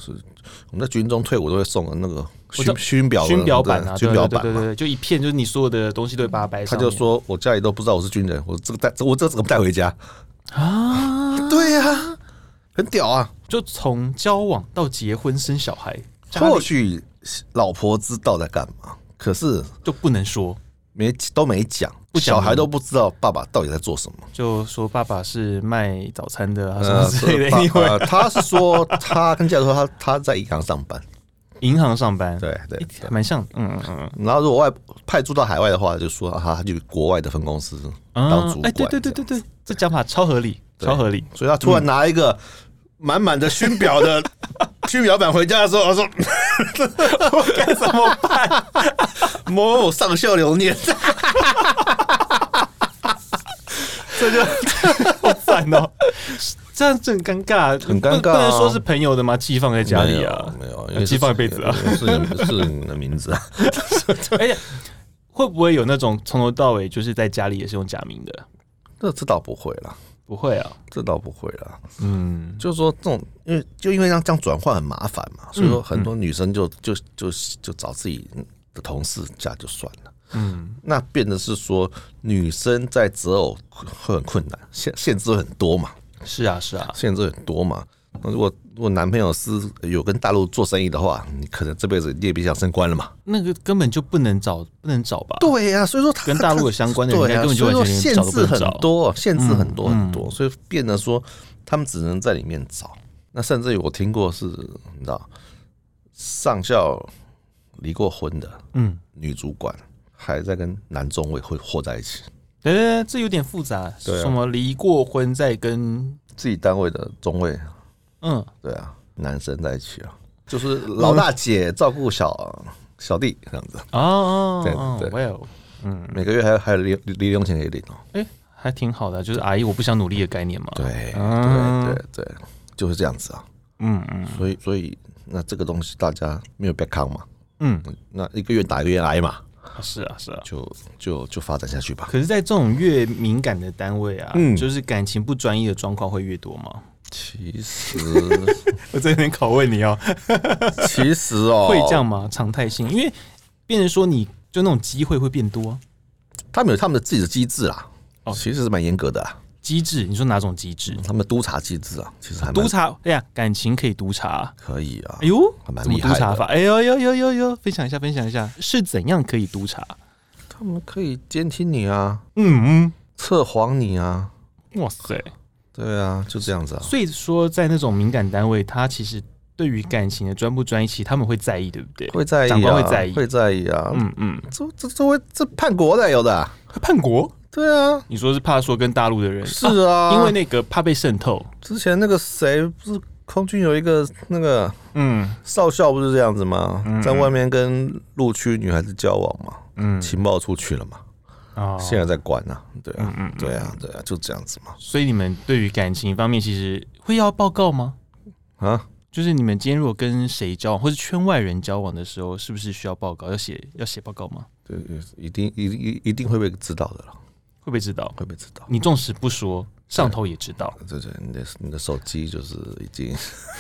[SPEAKER 1] 我们在军中退伍都会送那个
[SPEAKER 3] 我知道
[SPEAKER 1] 勋勋表的
[SPEAKER 3] 勋表板
[SPEAKER 1] 对
[SPEAKER 3] 啊，
[SPEAKER 1] 勋
[SPEAKER 3] 对
[SPEAKER 1] 表
[SPEAKER 3] 对
[SPEAKER 1] 板
[SPEAKER 3] 对对
[SPEAKER 1] 嘛。
[SPEAKER 3] 对，就一片，就是你所有的东西都会把它摆
[SPEAKER 1] 他
[SPEAKER 3] 上面。
[SPEAKER 1] 就说：“我家里都不知道我是军人，我这个带我这怎么带回家
[SPEAKER 3] 啊，？”
[SPEAKER 1] 对呀、很屌啊！
[SPEAKER 3] 就从交往到结婚生小孩，家
[SPEAKER 1] 或
[SPEAKER 3] 里
[SPEAKER 1] 许老婆知道在干嘛，可是
[SPEAKER 3] 就不能说，
[SPEAKER 1] 没都没讲，
[SPEAKER 3] 不讲
[SPEAKER 1] 小孩都不知道爸爸到底在做什么。
[SPEAKER 3] 就说爸爸是卖早餐的啊什么
[SPEAKER 1] 呃，
[SPEAKER 3] 之类的。
[SPEAKER 1] 爸
[SPEAKER 3] 因为
[SPEAKER 1] 呃他是说他跟家里说他他在银行上
[SPEAKER 3] *laughs*
[SPEAKER 1] 班，
[SPEAKER 3] 银行上班，
[SPEAKER 1] 对对。
[SPEAKER 3] 还蛮像，嗯嗯嗯
[SPEAKER 1] 然后如果外派驻到海外的话，就说啊他去国外的分公司
[SPEAKER 3] 嗯，
[SPEAKER 1] 当主
[SPEAKER 3] 哎，
[SPEAKER 1] 管。
[SPEAKER 3] 对对对对对，这讲法超合理，
[SPEAKER 1] 对
[SPEAKER 3] 超合理。
[SPEAKER 1] 所以他突然拿一个满满的勋表
[SPEAKER 3] *laughs*
[SPEAKER 1] 的勋表板回家的时候，他说：“ *laughs* 我该怎么办？某某上校留念。
[SPEAKER 3] 这就好惨哦、 *laughs* 这样真的很尴尬，
[SPEAKER 1] 很尴尬啊
[SPEAKER 3] 不不能说是朋友的吗？寄放在” *laughs* 家里啊，
[SPEAKER 1] 没有，
[SPEAKER 3] 寄放一辈子啊。
[SPEAKER 1] 是是你的名字啊。
[SPEAKER 3] 而且哎会不会有那种从头到尾就是在家里也是用假名的？
[SPEAKER 1] 这这倒不会啦，
[SPEAKER 3] 不会啊，
[SPEAKER 1] 这倒不会啦。
[SPEAKER 3] 嗯，
[SPEAKER 1] 就是说这种，因为就因为让这样转换很麻烦嘛，所以说很多女生就就就就找自己的同事嫁就算了。嗯，那变得是说女生在择偶会很困难，限限制会很多嘛。
[SPEAKER 3] 是啊，是啊，
[SPEAKER 1] 限制很多嘛。那如果如果男朋友是有跟大陆做生意的话，你可能这辈子你也别想升官了嘛。
[SPEAKER 3] 那个根本就不能找，不能找吧？
[SPEAKER 1] 对呀、所以说他
[SPEAKER 3] 跟大陆有相关的人
[SPEAKER 1] 对呀、
[SPEAKER 3] 根本就
[SPEAKER 1] 所以说
[SPEAKER 3] 完全连
[SPEAKER 1] 限
[SPEAKER 3] 找都不
[SPEAKER 1] 制
[SPEAKER 3] 能
[SPEAKER 1] 很
[SPEAKER 3] 找嗯
[SPEAKER 1] 多，限制很多很多，所以变得说他们只能在里面找。那甚至有我听过是，你知道，上校离过婚的
[SPEAKER 3] 嗯，
[SPEAKER 1] 女主管还在跟男中尉混混在一起，
[SPEAKER 3] 对对对，哎这有点复杂，
[SPEAKER 1] 对啊
[SPEAKER 3] 什么离过婚再跟
[SPEAKER 1] 自己单位的中尉
[SPEAKER 3] 嗯，
[SPEAKER 1] 对啊，男生在一起啊，就是老大姐照顾小、小弟这样子。
[SPEAKER 3] 哦哦
[SPEAKER 1] 对
[SPEAKER 3] 哦，
[SPEAKER 1] 对
[SPEAKER 3] 哇哦，嗯，
[SPEAKER 1] 每个月还有还有零零用钱可以领哦。
[SPEAKER 3] 哎、还挺好的，就是阿姨我不想努力的概念嘛。
[SPEAKER 1] 对
[SPEAKER 3] 啊
[SPEAKER 1] 对对对，就是这样子啊。
[SPEAKER 3] 嗯嗯
[SPEAKER 1] 所以所以那这个东西大家没有被扛嘛，
[SPEAKER 3] 嗯，
[SPEAKER 1] 那一个愿打一个愿挨嘛，
[SPEAKER 3] 是啊是啊。
[SPEAKER 1] 就就就发展下去吧。
[SPEAKER 3] 可是，在这种越敏感的单位啊，
[SPEAKER 1] 嗯
[SPEAKER 3] 就是感情不专一的状况会越多吗？
[SPEAKER 1] 其实
[SPEAKER 3] 我在这边拷问你哦，
[SPEAKER 1] *laughs* 其实哦，
[SPEAKER 3] *laughs* 会这样吗？常态性，因为变成说你就那种机会会变多啊、
[SPEAKER 1] 他们有他们的自己的机制啊，
[SPEAKER 3] 哦
[SPEAKER 1] 其实是蛮严格的、啊，
[SPEAKER 3] 机制，你说哪种机制？
[SPEAKER 1] 他们的督察机制啊，其实还蛮
[SPEAKER 3] 督察，哎呀，感情可以督察。
[SPEAKER 1] 可以啊。
[SPEAKER 3] 哎呦
[SPEAKER 1] 还，蛮
[SPEAKER 3] 怎么
[SPEAKER 1] 厉害
[SPEAKER 3] 督
[SPEAKER 1] 的
[SPEAKER 3] 察法？哎呦呦呦呦呦，分享一下，分享一下，是怎样可以督察？
[SPEAKER 1] 他们可以监听你啊，
[SPEAKER 3] 嗯
[SPEAKER 1] 测谎你啊，
[SPEAKER 3] 嗯，哇塞！
[SPEAKER 1] 对啊，就这样子啊。
[SPEAKER 3] 所以说，在那种敏感单位，他其实对于感情的专不专一，其实他们会在意，对不对？
[SPEAKER 1] 会在意、啊，
[SPEAKER 3] 长官会在意
[SPEAKER 1] 会在意啊！
[SPEAKER 3] 嗯嗯，
[SPEAKER 1] 这这这会这叛国的有的啊、
[SPEAKER 3] 叛国？
[SPEAKER 1] 对啊，
[SPEAKER 3] 你说是怕说跟大陆的人
[SPEAKER 1] 是啊，
[SPEAKER 3] 因为那个怕被渗透。
[SPEAKER 1] 之前那个谁不是空军有一个那个
[SPEAKER 3] 嗯
[SPEAKER 1] 少校不是这样子吗？
[SPEAKER 3] 嗯
[SPEAKER 1] 在外面跟陆区女孩子交往嘛，
[SPEAKER 3] 嗯
[SPEAKER 1] 情报出去了嘛，
[SPEAKER 3] 啊
[SPEAKER 1] 现在在关啊，对啊，
[SPEAKER 3] 嗯嗯，
[SPEAKER 1] 对啊，对啊，就这样子嘛，
[SPEAKER 3] 所以你们对于感情方面，其实会要报告吗？
[SPEAKER 1] 啊，
[SPEAKER 3] 就是你们今天如果跟谁交往，或是圈外人交往的时候，是不是需要报告？要写要写报告吗？
[SPEAKER 1] 对，一定一定一定会被知道的了，
[SPEAKER 3] 会不会知道？
[SPEAKER 1] 会被知道。
[SPEAKER 3] 你纵使不说，上头也知道。
[SPEAKER 1] 对对，你的你的手机就是已经
[SPEAKER 3] *laughs*
[SPEAKER 1] *laughs*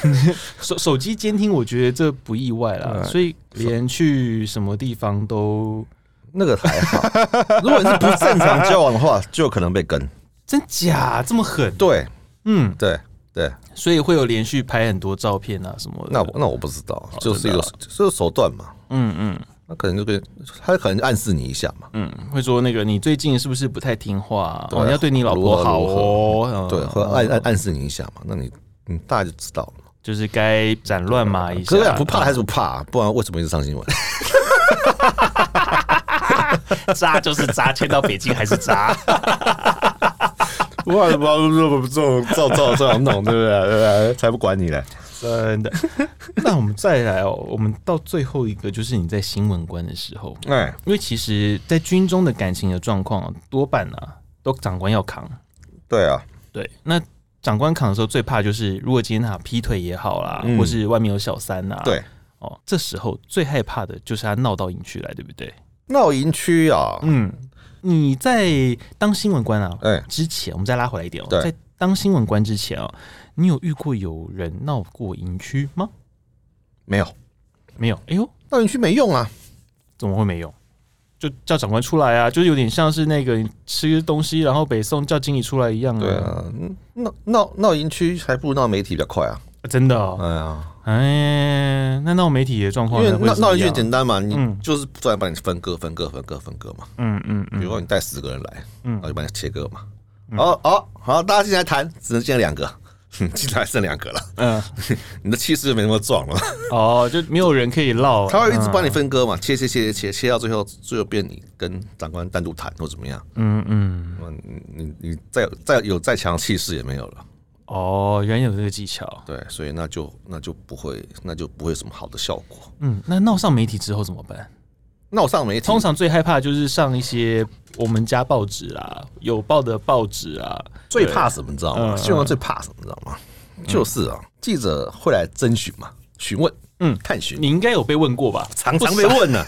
[SPEAKER 3] 手手机监听，我觉得这不意外啦。
[SPEAKER 1] 对
[SPEAKER 3] 所以连去什么地方都
[SPEAKER 1] 那个还
[SPEAKER 3] *laughs*
[SPEAKER 1] 好，如果你是不正常交往的话，就有可能被跟。
[SPEAKER 3] 真假这么狠，
[SPEAKER 1] 对
[SPEAKER 3] 嗯，
[SPEAKER 1] 对对，
[SPEAKER 3] 所以会有连续拍很多照片啊什么的。
[SPEAKER 1] 那我那我不知道，就是一个
[SPEAKER 3] 真
[SPEAKER 1] 就是手段嘛，
[SPEAKER 3] 嗯嗯
[SPEAKER 1] 那可能就跟他可能暗示你一下嘛。
[SPEAKER 3] 嗯，会说那个你最近是不是不太听话啊？
[SPEAKER 1] 对
[SPEAKER 3] 哦，你要对你老
[SPEAKER 1] 如何
[SPEAKER 3] 婆好
[SPEAKER 1] 如何
[SPEAKER 3] 哦。嗯
[SPEAKER 1] 对，啊和暗暗暗示你一下嘛，那你你大家就知道了嘛。
[SPEAKER 3] 就是该斩乱麻一
[SPEAKER 1] 可是
[SPEAKER 3] 下。
[SPEAKER 1] 不怕还是不怕，不然为什么一直上新闻？
[SPEAKER 3] 渣就是渣，迁到北京还是渣。
[SPEAKER 1] 不怕不怕，不不这照照这样弄，对不对？对不对？才不管你嘞。
[SPEAKER 3] *laughs* 真的。那我们再来哦，我们到最后一个就是你在新闻官的时候，
[SPEAKER 1] 哎，
[SPEAKER 3] 因为其实，在军中的感情的状况啊多半啊都长官要扛。
[SPEAKER 1] 对啊，
[SPEAKER 3] 对，那长官扛的时候最怕就是，如果今天他劈腿也好啦，
[SPEAKER 1] 嗯
[SPEAKER 3] 或是外面有小三呐、
[SPEAKER 1] 对，
[SPEAKER 3] 哦，这时候最害怕的就是他闹到营区来，对不对？
[SPEAKER 1] 闹营区啊，
[SPEAKER 3] 嗯，你在当新闻官啊，
[SPEAKER 1] 哎，
[SPEAKER 3] 之前，我们再拉回来一点哦、
[SPEAKER 1] 对
[SPEAKER 3] 在当新闻官之前哦、你有遇过有人闹过营区吗？
[SPEAKER 1] 没有
[SPEAKER 3] 没有，哎呦，
[SPEAKER 1] 闹营区没用啊。
[SPEAKER 3] 怎么会没有？就叫长官出来啊，就是有点像是那个你吃东西然后北宋叫经理出来一样啊，
[SPEAKER 1] 对啊，嗯闹闹闹营区还不如闹媒体比较快啊。
[SPEAKER 3] 真的、哦，
[SPEAKER 1] 哎呀，
[SPEAKER 3] 哎，那闹媒体的状
[SPEAKER 1] 因
[SPEAKER 3] 况
[SPEAKER 1] 为
[SPEAKER 3] 呢，
[SPEAKER 1] 闹闹
[SPEAKER 3] 一
[SPEAKER 1] 营区
[SPEAKER 3] 句，
[SPEAKER 1] 简单嘛，你
[SPEAKER 3] 嗯
[SPEAKER 1] 就是不断把你分割、分割、分割、分割嘛。
[SPEAKER 3] 嗯嗯
[SPEAKER 1] 比如
[SPEAKER 3] 嗯
[SPEAKER 1] 说你带十个人来，
[SPEAKER 3] 嗯
[SPEAKER 1] 然后就把你切割嘛。哦哦，好，大家进来谈，只能进来两个， *laughs* 哼进来剩两个了，
[SPEAKER 3] 嗯，
[SPEAKER 1] 你的气势就没那么壮了。
[SPEAKER 3] *laughs* 哦，就没有人可以唠，
[SPEAKER 1] 他会一直帮你分割嘛，切切切切切，切到最后，最后变你跟长官单独谈或怎么样，
[SPEAKER 3] 嗯嗯，
[SPEAKER 1] 那你你你再有再有再强的气势也没有了。
[SPEAKER 3] 哦，原来有这个技巧，
[SPEAKER 1] 对，所以那就那就不会那就不会有什么好的效果。
[SPEAKER 3] 嗯，那闹上媒体之后怎么办？
[SPEAKER 1] 那我上媒体，
[SPEAKER 3] 通常最害怕就是上一些我们家报纸啦，有报的报纸啊，
[SPEAKER 1] 最怕什么，你知道吗？
[SPEAKER 3] 嗯
[SPEAKER 1] 新闻官最怕什么，你知道吗？就是啊，记者会来征询嘛，询问，
[SPEAKER 3] 嗯
[SPEAKER 1] 探寻，
[SPEAKER 3] 你应该有被问过吧？
[SPEAKER 1] 常常被问呢、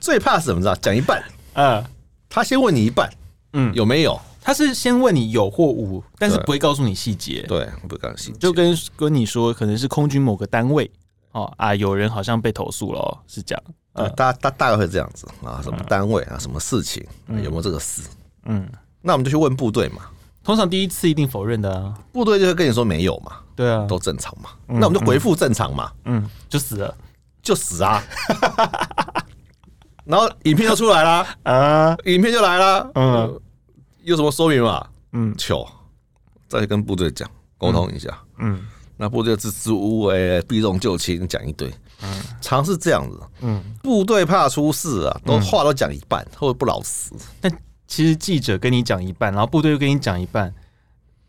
[SPEAKER 1] 最怕什么？知道？讲一半，
[SPEAKER 3] 嗯，
[SPEAKER 1] 他先问你一半，
[SPEAKER 3] 嗯
[SPEAKER 1] 有没有？
[SPEAKER 3] 他是先问你有或无，但是
[SPEAKER 1] 对
[SPEAKER 3] 不会告诉你细节，
[SPEAKER 1] 对，不敢信。
[SPEAKER 3] 就跟跟你说可能是空军某个单位哦啊，有人好像被投诉了哦，是这样。
[SPEAKER 1] 对呃大大大概会这样子啊，什么单位啊，什么事情、啊有没有这个事？
[SPEAKER 3] 嗯，
[SPEAKER 1] 那我们就去问部队嘛，
[SPEAKER 3] 通常第一次一定否认的啊，
[SPEAKER 1] 部队就会跟你说没有嘛，
[SPEAKER 3] 对啊，
[SPEAKER 1] 都正常嘛。那我们就回复正常嘛，
[SPEAKER 3] 嗯，就死了
[SPEAKER 1] 就死啊。 *laughs* 然后影片就出来啦，
[SPEAKER 3] 啊，
[SPEAKER 1] 影片就来啦。
[SPEAKER 3] 嗯
[SPEAKER 1] 有什么说明嘛？
[SPEAKER 3] 嗯
[SPEAKER 1] 求，再跟部队讲沟通一下。
[SPEAKER 3] 嗯
[SPEAKER 1] 那部队支支吾吾，哎、避重就轻，讲一堆，常是这样子。
[SPEAKER 3] 嗯。
[SPEAKER 1] 部队怕出事啊，都话都讲一半，或者不老实。
[SPEAKER 3] 但其实记者跟你讲一半，然后部队又跟你讲一半。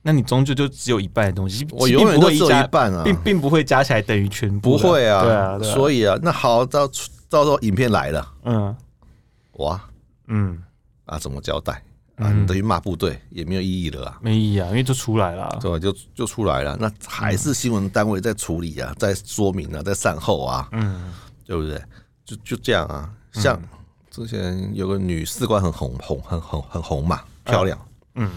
[SPEAKER 3] 那你终究就只有一半的东西，
[SPEAKER 1] 我永远
[SPEAKER 3] 并不
[SPEAKER 1] 都
[SPEAKER 3] 会
[SPEAKER 1] 只有
[SPEAKER 3] 加
[SPEAKER 1] 一半啊
[SPEAKER 3] 并并不会加起来等于全部
[SPEAKER 1] 不
[SPEAKER 3] 啊。
[SPEAKER 1] 会啊，
[SPEAKER 3] 对啊，对啊
[SPEAKER 1] 所以啊，那好，到到时候影片来了，
[SPEAKER 3] 嗯，
[SPEAKER 1] 哇
[SPEAKER 3] 嗯，
[SPEAKER 1] 啊，怎么交代啊？你等于骂部队也没有意义了啊。
[SPEAKER 3] 没意义啊，因为就出来了。
[SPEAKER 1] 对，就就出来了。那还
[SPEAKER 3] 嗯
[SPEAKER 1] 是新闻单位在处理啊，在说明啊，在善后啊，
[SPEAKER 3] 嗯，
[SPEAKER 1] 对不对？就就这样啊。像之前有个女士官很红红很红很红嘛，漂亮，
[SPEAKER 3] 嗯，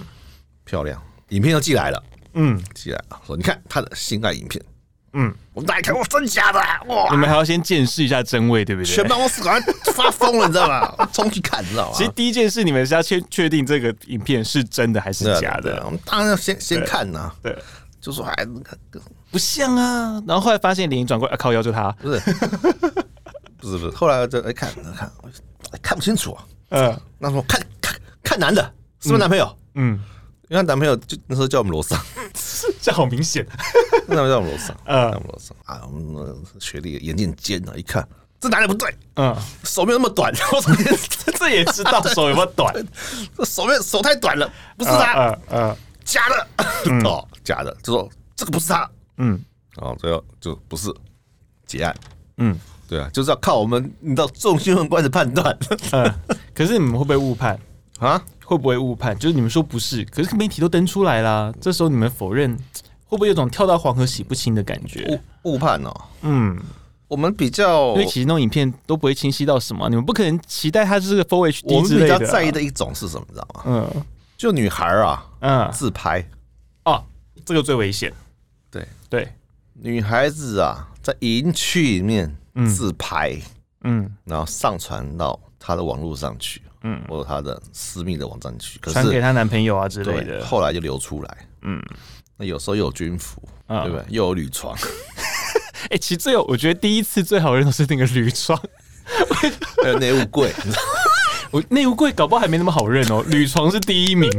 [SPEAKER 1] 漂亮，影片又寄来了，
[SPEAKER 3] 嗯
[SPEAKER 1] 寄来了，说你看她的性爱影片，
[SPEAKER 3] 嗯，
[SPEAKER 1] 我哪一看我真假的啊哇
[SPEAKER 3] 你！们还要先见识一下真味，对不对？
[SPEAKER 1] 全办啊公室赶快发疯了，你知道吗？冲去看，你知道吗？
[SPEAKER 3] 其实第一件事，你们是要确确定这个影片是真的还是
[SPEAKER 1] 对啊
[SPEAKER 3] 假
[SPEAKER 1] 对啊
[SPEAKER 3] 的。
[SPEAKER 1] 我们当然要先先
[SPEAKER 3] 对
[SPEAKER 1] 看呐、
[SPEAKER 3] 对，
[SPEAKER 1] 就说哎，那个
[SPEAKER 3] 不像啊。然后后来发现脸一转过来，啊靠，腰就他。
[SPEAKER 1] 不是 *laughs* 不是不是，后来就哎看看看不清楚、啊，
[SPEAKER 3] 嗯
[SPEAKER 1] 那时候看看看男的是不是男朋友？
[SPEAKER 3] 嗯，
[SPEAKER 1] 因为她男朋友就那时候叫我们
[SPEAKER 3] *laughs*
[SPEAKER 1] 罗桑，
[SPEAKER 3] 这好明显。
[SPEAKER 1] 那时候叫我们罗桑，
[SPEAKER 3] 嗯
[SPEAKER 1] 叫我们罗桑啊，我们那学历眼镜尖啊，一看这男的不对，
[SPEAKER 3] 嗯，
[SPEAKER 1] 手没有那么短， *laughs* 我操，这
[SPEAKER 3] *laughs* 这也知道手有没有 *laughs* 短。
[SPEAKER 1] 这手没有手太短了，不是他，
[SPEAKER 3] 嗯嗯
[SPEAKER 1] 假的 *laughs* 哦，假的，就说这个不是他，
[SPEAKER 3] 嗯
[SPEAKER 1] 哦，最后就不是结案，
[SPEAKER 3] 嗯
[SPEAKER 1] 对啊，就是要靠我们你知道众新闻官的判断 *laughs*
[SPEAKER 3] 嗯。可是你们会不会误判？
[SPEAKER 1] 啊，
[SPEAKER 3] 会不会误判？就是你们说不是，可是媒体都登出来啦，这时候你们否认，会不会有种跳到黄河洗不清的感觉？
[SPEAKER 1] 误误判哦，
[SPEAKER 3] 嗯，
[SPEAKER 1] 我们比较
[SPEAKER 3] 因为其实那种影片都不会清晰到什么，你们不可能期待它是个 Full
[SPEAKER 1] 我
[SPEAKER 3] HD
[SPEAKER 1] 们
[SPEAKER 3] 之
[SPEAKER 1] 比
[SPEAKER 3] 类的、啊
[SPEAKER 1] 较在意，的一种是什么，你知道吗？
[SPEAKER 3] 嗯
[SPEAKER 1] 就女孩儿啊，
[SPEAKER 3] 嗯，
[SPEAKER 1] 自拍。
[SPEAKER 3] 哦，这个最危险，
[SPEAKER 1] 对，
[SPEAKER 3] 对，
[SPEAKER 1] 女孩子啊，在营区里面自拍，
[SPEAKER 3] 嗯，
[SPEAKER 1] 然后上传到她的网络上去，
[SPEAKER 3] 嗯
[SPEAKER 1] 嗯，或者她的私密的网站去。可
[SPEAKER 3] 传给
[SPEAKER 1] 是
[SPEAKER 3] 她男朋友啊之类
[SPEAKER 1] 对，
[SPEAKER 3] 的，
[SPEAKER 1] 后来就流出来，
[SPEAKER 3] 嗯
[SPEAKER 1] 嗯，那有时候又有军服，
[SPEAKER 3] 啊
[SPEAKER 1] 对不对？又有铝床， *laughs*
[SPEAKER 3] 哎、其实最有，我觉得第一次最好认的是那个铝床，
[SPEAKER 1] 还有内务柜。你知道
[SPEAKER 3] *laughs* 我内务柜搞不好还没那么好认哦， *laughs* 铝床是第
[SPEAKER 1] *laughs*
[SPEAKER 3] 一名，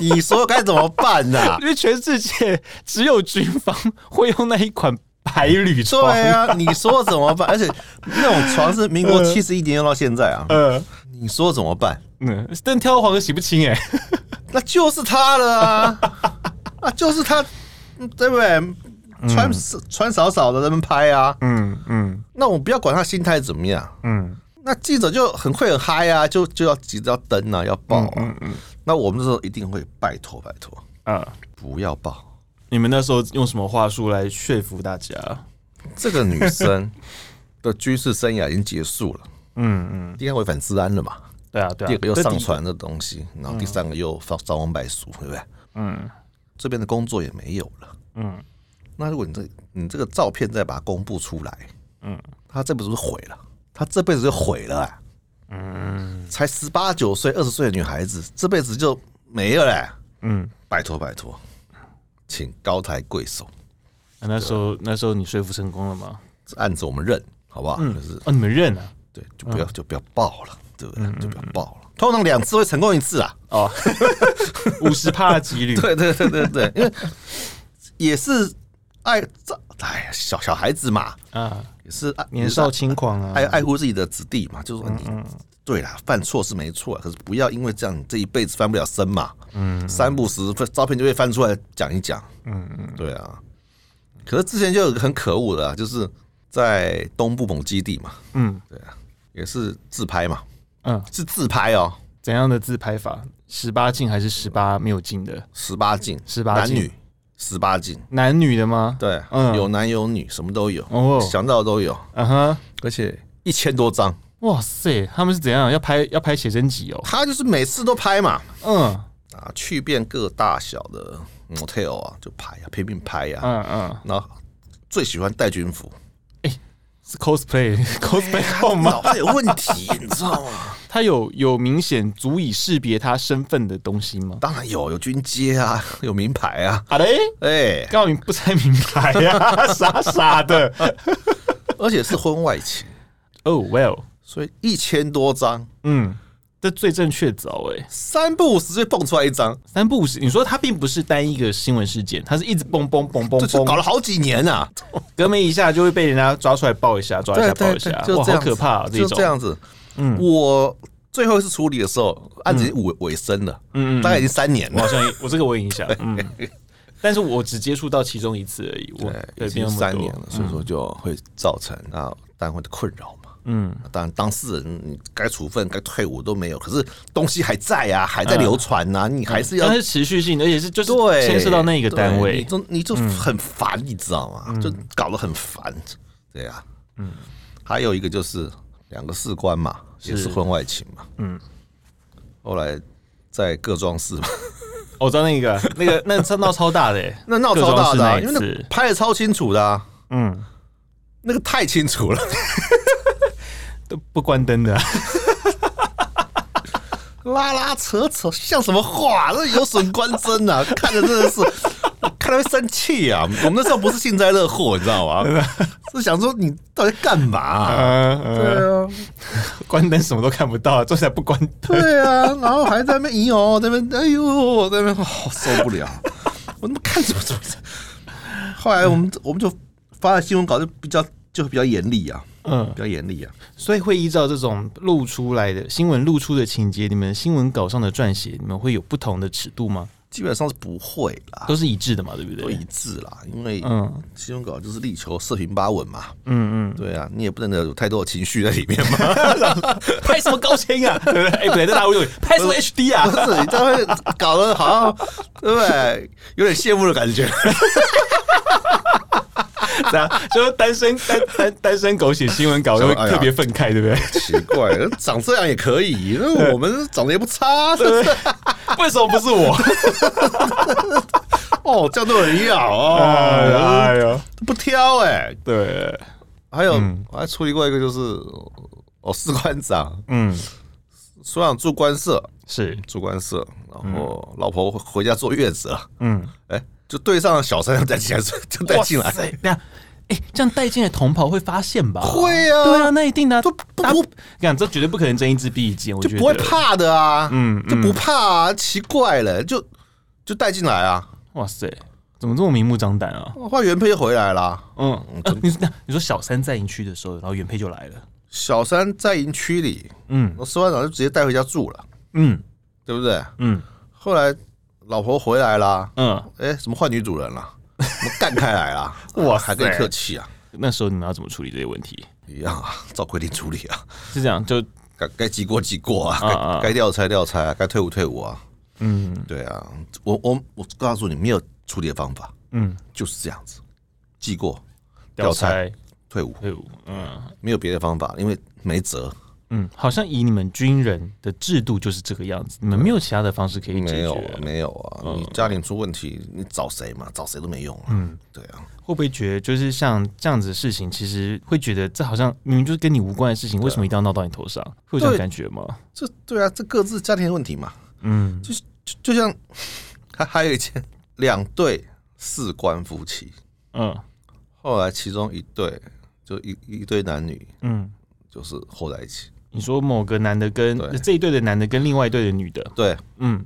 [SPEAKER 1] 你说该怎么办呢、啊？
[SPEAKER 3] 因为全世界只有军方会用那一款白铝床，
[SPEAKER 1] 对啊，你说怎
[SPEAKER 3] *laughs*
[SPEAKER 1] 么办？而且那种床是民国七十一年用到现在啊，
[SPEAKER 3] 呃。
[SPEAKER 1] 你说怎么办？
[SPEAKER 3] 嗯，但挑黄河洗不清哎、
[SPEAKER 1] 那就是他了
[SPEAKER 3] *laughs*
[SPEAKER 1] 啊，啊，就是他，嗯对不对？穿、穿少少的在那边拍啊，
[SPEAKER 3] 嗯嗯
[SPEAKER 1] 那我不要管他心态怎么样，
[SPEAKER 3] 嗯
[SPEAKER 1] 那记者就很会很嗨啊，就就要急着要登啊，要报啊。
[SPEAKER 3] 嗯
[SPEAKER 1] 那我们这时候一定会拜托拜托，
[SPEAKER 3] 啊！
[SPEAKER 1] 不要报
[SPEAKER 3] 你们那时候用什么话术来说服大家？
[SPEAKER 1] 这个女
[SPEAKER 3] *laughs*
[SPEAKER 1] 生的军事生涯已经结束了。
[SPEAKER 3] 嗯嗯，
[SPEAKER 1] 第一个违反治安了嘛，
[SPEAKER 3] 对啊对啊。
[SPEAKER 1] 第二个又
[SPEAKER 3] 这
[SPEAKER 1] 上传的东西，然后第三个又发招王败诉，对不对？
[SPEAKER 3] 嗯
[SPEAKER 1] 这边的工作也没有了。
[SPEAKER 3] 嗯
[SPEAKER 1] 那如果你这你这个照片再把它公布出来，
[SPEAKER 3] 嗯
[SPEAKER 1] 嗯，他这辈子就毁了，他这辈子就毁了、啊。嗯，才十八九岁、二十岁的女孩子，这辈子就没了嘞、哎
[SPEAKER 3] 嗯。
[SPEAKER 1] 拜托拜托，请高抬贵手，
[SPEAKER 3] 那那时
[SPEAKER 1] 啊
[SPEAKER 3] 候那时候你说服成功了吗？
[SPEAKER 1] 这案子我们认，好不好？就是
[SPEAKER 3] 哦，你们认啊？
[SPEAKER 1] 对，就不要、就不要报了，对不对？
[SPEAKER 3] 嗯
[SPEAKER 1] 就不要报了。通常两次会成功一次啊。
[SPEAKER 3] 哦， *laughs* 五十趴的几率。
[SPEAKER 1] *laughs* 对对对对对，因为也是爱这，哎呀，小小孩子嘛，
[SPEAKER 3] 啊，
[SPEAKER 1] 也是爱
[SPEAKER 3] 年少轻狂啊。
[SPEAKER 1] 爱爱护自己的子弟嘛，就是说你对啦，犯错是没错，可是不要因为这样你这一辈子翻不了身嘛。嗯，三不时照片就会翻出来讲一讲。嗯嗯，对啊。可是之前就有一个很可恶的、啊，就是在东部某基地嘛，
[SPEAKER 3] 嗯
[SPEAKER 1] 对啊，也是自拍嘛，
[SPEAKER 3] 嗯，
[SPEAKER 1] 是自拍哦，
[SPEAKER 3] 怎样的自拍法？十八禁还是十八没有禁的？
[SPEAKER 1] 十八禁，
[SPEAKER 3] 18
[SPEAKER 1] 男
[SPEAKER 3] 禁
[SPEAKER 1] 女，十八禁，
[SPEAKER 3] 男女的吗？
[SPEAKER 1] 对，
[SPEAKER 3] 嗯
[SPEAKER 1] 有男有女，什么都有，
[SPEAKER 3] 哦
[SPEAKER 1] 想到的都有，
[SPEAKER 3] 啊哈，
[SPEAKER 1] 而且一千多张，
[SPEAKER 3] 哇塞，他们是怎样要拍要拍写真集哦？
[SPEAKER 1] 他就是每次都拍嘛，
[SPEAKER 3] 嗯
[SPEAKER 1] 啊，去遍各大小的 motel 啊，就拍啊，拼命拍呀、啊。
[SPEAKER 3] 嗯嗯。
[SPEAKER 1] 然后最喜欢带军服，*laughs*
[SPEAKER 3] 是 cosplay *laughs* cosplay 控吗？
[SPEAKER 1] 脑袋有问题，你知道 *laughs* 吗？
[SPEAKER 3] 他有有明显足以识别他身份的东西吗？
[SPEAKER 1] 当然有，有军阶啊，有名牌啊，
[SPEAKER 3] 啊嘞，
[SPEAKER 1] 哎、 *laughs*
[SPEAKER 3] 告诉你不猜名牌呀、 *laughs* 傻傻的。
[SPEAKER 1] 而且是婚外情，
[SPEAKER 3] Oh well，
[SPEAKER 1] 所以一千多张，
[SPEAKER 3] 嗯，这最正确找哎、
[SPEAKER 1] 三不五时就蹦出来一张，
[SPEAKER 3] 三不五时，你说他并不是单一个新闻事件，他是一直蹦蹦蹦蹦
[SPEAKER 1] 这就搞
[SPEAKER 3] 蹦，
[SPEAKER 1] 了好几年啊。
[SPEAKER 3] 隔没一下就会被人家抓出来抱一下，抓一下抱一下，
[SPEAKER 1] 就
[SPEAKER 3] 哇，
[SPEAKER 1] 这
[SPEAKER 3] 好
[SPEAKER 1] 样子，
[SPEAKER 3] 可怕、啊、
[SPEAKER 1] 就
[SPEAKER 3] 种。
[SPEAKER 1] 这样子。嗯，我最后一次处理的时候，案子已经尾尾声了，
[SPEAKER 3] 嗯嗯
[SPEAKER 1] 嗯，大概已经三年
[SPEAKER 3] 我
[SPEAKER 1] 了，
[SPEAKER 3] 好像我这个我有印象，嗯，但是我只接触到其中一次而已，我
[SPEAKER 1] 已
[SPEAKER 3] 没有
[SPEAKER 1] 经
[SPEAKER 3] 那么
[SPEAKER 1] 三
[SPEAKER 3] 多嗯
[SPEAKER 1] 年了，所以说就会造成啊单位的困扰嘛。
[SPEAKER 3] 嗯，
[SPEAKER 1] 当然，当事人你该处分、该退伍都没有，可是东西还在啊，还
[SPEAKER 3] 嗯
[SPEAKER 1] 在流传呐、你还是要
[SPEAKER 3] 但是持续性的，而且是就是
[SPEAKER 1] 对
[SPEAKER 3] 牵涉到那一个
[SPEAKER 1] 对
[SPEAKER 3] 单
[SPEAKER 1] 你
[SPEAKER 3] 位，嗯
[SPEAKER 1] 就你就很烦，你知道吗？就搞得很烦，对啊，
[SPEAKER 3] 嗯，
[SPEAKER 1] 还有一个就是两个士官嘛，也是
[SPEAKER 3] 是
[SPEAKER 1] 婚外情嘛，
[SPEAKER 3] 嗯，
[SPEAKER 1] 后来在各壮士嘛，
[SPEAKER 3] 我知道那个那个那闹超大的欸，
[SPEAKER 1] *laughs* 那闹超大的、啊，
[SPEAKER 3] 各
[SPEAKER 1] 因为
[SPEAKER 3] 壮士那一次
[SPEAKER 1] 那拍的超清楚的、啊，
[SPEAKER 3] 嗯，
[SPEAKER 1] 那个太清楚了， *laughs*
[SPEAKER 3] 都不关灯的啊，
[SPEAKER 1] 拉拉扯扯像什么话？那有损官箴啊！ *laughs* 看着真的是，我看了会生气啊！我们那时候不是幸灾乐祸，你知道吗？
[SPEAKER 3] *laughs*
[SPEAKER 1] 是想说你到底干嘛、
[SPEAKER 3] 嗯，
[SPEAKER 1] 啊，
[SPEAKER 3] 关灯什么都看不到，坐起来不关灯，
[SPEAKER 1] 对啊，然后还在那边咦哦，在那边哎呦，在那边好、受不了，我他妈看什么什么。后来我们我们就发了新闻稿，就比较就比较严厉啊，
[SPEAKER 3] 嗯
[SPEAKER 1] 比，较严厉啊。
[SPEAKER 3] *laughs* 所以会依照这种露出来的新闻露出的情节，你们新闻稿上的撰写，你们会有不同的尺度吗？
[SPEAKER 1] 基本上是不会啦，
[SPEAKER 3] 都是一致的嘛，对不
[SPEAKER 1] 都
[SPEAKER 3] 对
[SPEAKER 1] 一？致啦，因为
[SPEAKER 3] 嗯
[SPEAKER 1] 新闻稿就是力求四平八稳嘛。
[SPEAKER 3] 嗯
[SPEAKER 1] 对啊，你也不能有太多的情绪在里面嘛。 *laughs*
[SPEAKER 3] 嗯，拍什么高清啊？ *laughs* 对不对？哎，不对，在大陆拍什么 HD
[SPEAKER 1] 不
[SPEAKER 3] 啊？
[SPEAKER 1] 是，你这样会搞得好像对不对？有点羡慕的感觉。
[SPEAKER 3] 这样 *laughs* 就是单身单单单身狗写新闻稿就会特别愤慨，对不对？
[SPEAKER 1] 奇怪， *laughs* 长这样也可以，那我们长得也不差，是不是？
[SPEAKER 3] 为什么不是我？
[SPEAKER 1] 哦，这样都有人要
[SPEAKER 3] *laughs*
[SPEAKER 1] 哦，
[SPEAKER 3] 哎呦，
[SPEAKER 1] 不挑哎。
[SPEAKER 3] 对，
[SPEAKER 1] 还有，
[SPEAKER 3] 嗯
[SPEAKER 1] 我还处理过一个，就是哦，士官长，
[SPEAKER 3] 嗯，
[SPEAKER 1] 士官长住官舍，
[SPEAKER 3] 是，
[SPEAKER 1] 住官舍，然后老婆回家坐月子了，
[SPEAKER 3] 嗯，
[SPEAKER 1] 哎，就对上了小三要带进来， *laughs* 就带进来，
[SPEAKER 3] 哇塞等一下。哎、这样带进来同袍会发现吧？
[SPEAKER 1] 会啊
[SPEAKER 3] 对啊，那一定的、啊，
[SPEAKER 1] 都不
[SPEAKER 3] 大
[SPEAKER 1] 不
[SPEAKER 3] 讲这绝对不可能睁一只闭一只眼，我
[SPEAKER 1] 就
[SPEAKER 3] 觉得
[SPEAKER 1] 不会怕的啊，
[SPEAKER 3] 嗯
[SPEAKER 1] 就不怕啊，奇怪了，就就带进来啊，
[SPEAKER 3] 哇塞，怎么这么明目张胆啊？
[SPEAKER 1] 后来原配就回来啦。
[SPEAKER 3] 嗯，啊、你那你说小三在营区的时候，然后原配就来了，
[SPEAKER 1] 小三在营区里，
[SPEAKER 3] 嗯
[SPEAKER 1] 那司班长就直接带回家住了，
[SPEAKER 3] 嗯
[SPEAKER 1] 对不对？
[SPEAKER 3] 嗯
[SPEAKER 1] 后来老婆回来啦，
[SPEAKER 3] 嗯，
[SPEAKER 1] 哎，怎么换女主人了？怎么干开来啦？
[SPEAKER 3] *laughs* 哇塞
[SPEAKER 1] 还跟你客气啊？
[SPEAKER 3] 那时候你们要怎么处理这些问题？
[SPEAKER 1] 一样啊，照规定处理啊，
[SPEAKER 3] 是这样，就
[SPEAKER 1] 该该记过记过
[SPEAKER 3] 啊啊
[SPEAKER 1] 啊，该该调差调差啊，该退伍退伍啊，
[SPEAKER 3] 嗯
[SPEAKER 1] 对啊，我我我告诉你，没有处理的方法，
[SPEAKER 3] 嗯，
[SPEAKER 1] 就是这样子，记过
[SPEAKER 3] 调
[SPEAKER 1] 调查
[SPEAKER 3] 差
[SPEAKER 1] 退伍，
[SPEAKER 3] 队伍，嗯
[SPEAKER 1] 没有别的方法，因为没辙，
[SPEAKER 3] 嗯，好像以你们军人的制度就是这个样子，你们没有其他的方式可以解
[SPEAKER 1] 没有
[SPEAKER 3] 决。
[SPEAKER 1] 没有啊，你家庭出问题，你找谁嘛？找谁都没用啊，
[SPEAKER 3] 嗯，
[SPEAKER 1] 对啊。
[SPEAKER 3] 会不会觉得就是像这样子的事情，其实会觉得这好像明明就是跟你无关的事情，为什么一定要闹到你头上？会有这种
[SPEAKER 1] 对
[SPEAKER 3] 感觉吗？
[SPEAKER 1] 这对啊，这各自家庭的问题嘛，
[SPEAKER 3] 嗯，
[SPEAKER 1] 就是就就像还还有一件两对士官夫妻，
[SPEAKER 3] 嗯
[SPEAKER 1] 后来其中一对就一一对男女
[SPEAKER 3] 嗯，
[SPEAKER 1] 就是和在一起，
[SPEAKER 3] 你说某个男的跟
[SPEAKER 1] 对
[SPEAKER 3] 这一对的男的跟另外一对的女的，
[SPEAKER 1] 对，
[SPEAKER 3] 嗯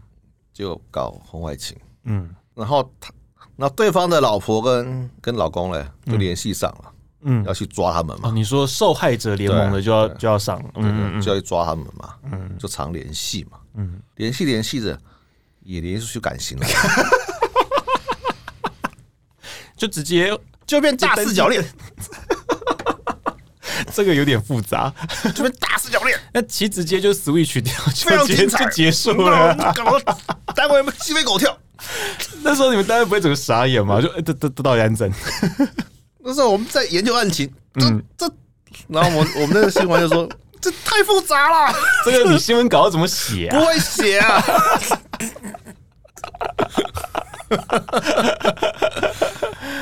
[SPEAKER 1] 就搞婚外情，
[SPEAKER 3] 嗯
[SPEAKER 1] 然后他那对方的老婆跟跟老公嘞就联系上了，
[SPEAKER 3] 嗯，
[SPEAKER 1] 要去抓他们嘛
[SPEAKER 3] 哦，，你说受害者联盟的就要就要上，嗯嗯
[SPEAKER 1] 就要去抓他们嘛，
[SPEAKER 3] 嗯
[SPEAKER 1] 就常联系嘛，
[SPEAKER 3] 嗯，
[SPEAKER 1] 联系联系着也联系出感
[SPEAKER 3] *laughs*
[SPEAKER 1] 情了，
[SPEAKER 3] 就直接
[SPEAKER 1] 就变大四角恋，
[SPEAKER 3] 这个有点复杂， *laughs*
[SPEAKER 1] 就变大四角恋。
[SPEAKER 3] 那其实直接就 switch 掉
[SPEAKER 1] 非常
[SPEAKER 3] 就结
[SPEAKER 1] 精彩，
[SPEAKER 3] 就结束了啊。
[SPEAKER 1] 搞得单位鸡飞狗跳。
[SPEAKER 3] 那时候你们大家不会整个傻眼吗？就哎这这这到底安 *laughs* 怎？
[SPEAKER 1] 那时候我们在研究案情，这、
[SPEAKER 3] 嗯
[SPEAKER 1] 这，然后我们我们那个新闻就
[SPEAKER 3] *laughs*
[SPEAKER 1] 说这太复杂了，
[SPEAKER 3] 这个你新闻稿要怎么写啊
[SPEAKER 1] 不？会写啊。
[SPEAKER 3] *laughs*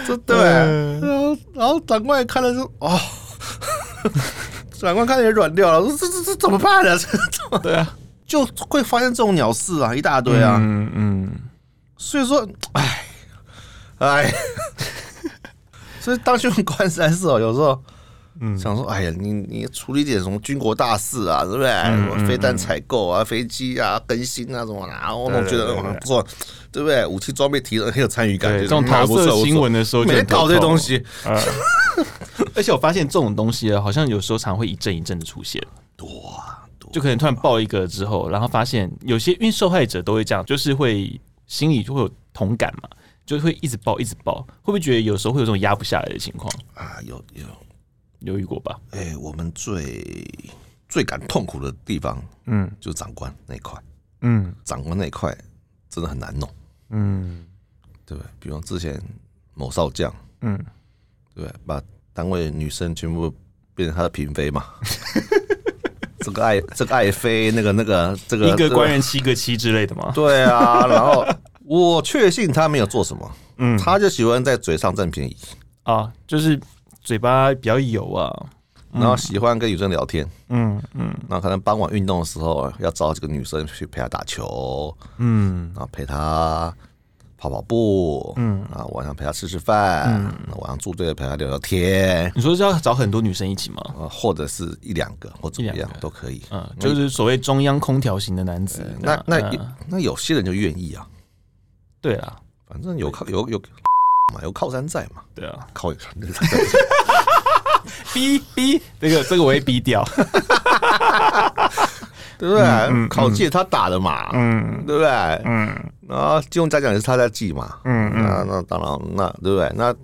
[SPEAKER 1] 这对，
[SPEAKER 3] 嗯
[SPEAKER 1] 然后然后长官也看了就哦， *laughs* 长官看了也软掉了，说这这这怎么办 *laughs* 呢、这怎么
[SPEAKER 3] 对啊，
[SPEAKER 1] 就会发现这种鸟事啊，一大堆啊。
[SPEAKER 3] 嗯嗯。
[SPEAKER 1] 所以说，哎，哎，
[SPEAKER 3] *laughs*
[SPEAKER 1] 所以当新闻官实在是哦，有时候，嗯，想说，哎呀，你你处理点什么军国大事啊，对不对？
[SPEAKER 3] 嗯
[SPEAKER 1] 什么飞弹采购啊，飞机啊，更新啊，什么的，啊，我总觉得
[SPEAKER 3] 对对对
[SPEAKER 1] 嗯不错，对不对？武器装备提升很有参与感，就
[SPEAKER 3] 对，这
[SPEAKER 1] 是
[SPEAKER 3] 种桃
[SPEAKER 1] 嗯不错
[SPEAKER 3] 色
[SPEAKER 1] 不错
[SPEAKER 3] 新闻的时候就
[SPEAKER 1] 每天
[SPEAKER 3] 很头痛
[SPEAKER 1] 搞这些东。西，
[SPEAKER 3] 呃而且我发现这种东西啊，好像有时候常会一阵一阵的出现，
[SPEAKER 1] 多啊多
[SPEAKER 3] 就可能突然爆一个之后，然后发现有些因为受害者都会这样，就是会心里就会有同感嘛，就会一直爆一直爆，会不会觉得有时候会有这种压不下来的情况？
[SPEAKER 1] 啊，有有
[SPEAKER 3] 有遇过吧？
[SPEAKER 1] 哎、我们最最感痛苦的地方
[SPEAKER 3] 嗯
[SPEAKER 1] 就是长官那一块，
[SPEAKER 3] 嗯
[SPEAKER 1] 长官那一块真的很难弄，
[SPEAKER 3] 嗯
[SPEAKER 1] 对不对？比方之前某少将，
[SPEAKER 3] 嗯，
[SPEAKER 1] 对不对？把单位女生全部变成他的嫔妃
[SPEAKER 3] *laughs*
[SPEAKER 1] 嘛。这个爱这个爱妃，那个那个这个
[SPEAKER 3] 一个官
[SPEAKER 1] 员，
[SPEAKER 3] 员七个妻之类的嘛。
[SPEAKER 1] *laughs* 对啊，然后我确信他没有做什么，
[SPEAKER 3] 嗯，
[SPEAKER 1] 他就喜欢在嘴上占便宜，
[SPEAKER 3] 啊，就是嘴巴比较油啊。
[SPEAKER 1] 然后喜欢跟女生聊天，
[SPEAKER 3] 嗯嗯
[SPEAKER 1] 那可能傍晚运动的时候要找几个女生去陪她打球，
[SPEAKER 3] 嗯
[SPEAKER 1] 然后陪她跑跑步，嗯，啊，晚上陪她吃吃饭，
[SPEAKER 3] 嗯
[SPEAKER 1] 那晚上住对陪她聊聊天，
[SPEAKER 3] 你说是要找很多女生一起吗？
[SPEAKER 1] 啊，或者是一两个或怎么
[SPEAKER 3] 一两
[SPEAKER 1] 样
[SPEAKER 3] 个
[SPEAKER 1] 都可以。
[SPEAKER 3] 嗯，就是所谓中央空调型的男子。对
[SPEAKER 1] 那
[SPEAKER 3] 吧
[SPEAKER 1] 那
[SPEAKER 3] 嗯
[SPEAKER 1] 有那有些人就愿意啊，
[SPEAKER 3] 对啦，
[SPEAKER 1] 反正有靠有有嘛，有靠山在嘛，
[SPEAKER 3] 对啊，
[SPEAKER 1] 靠
[SPEAKER 3] 逼逼这个这个我会逼掉。
[SPEAKER 1] *laughs* 对不对？考借他打的嘛，
[SPEAKER 3] 嗯
[SPEAKER 1] 对不对？
[SPEAKER 3] 嗯
[SPEAKER 1] 啊，金融嘉奖也是他在记嘛，
[SPEAKER 3] 嗯
[SPEAKER 1] 那那当然，那对不对？那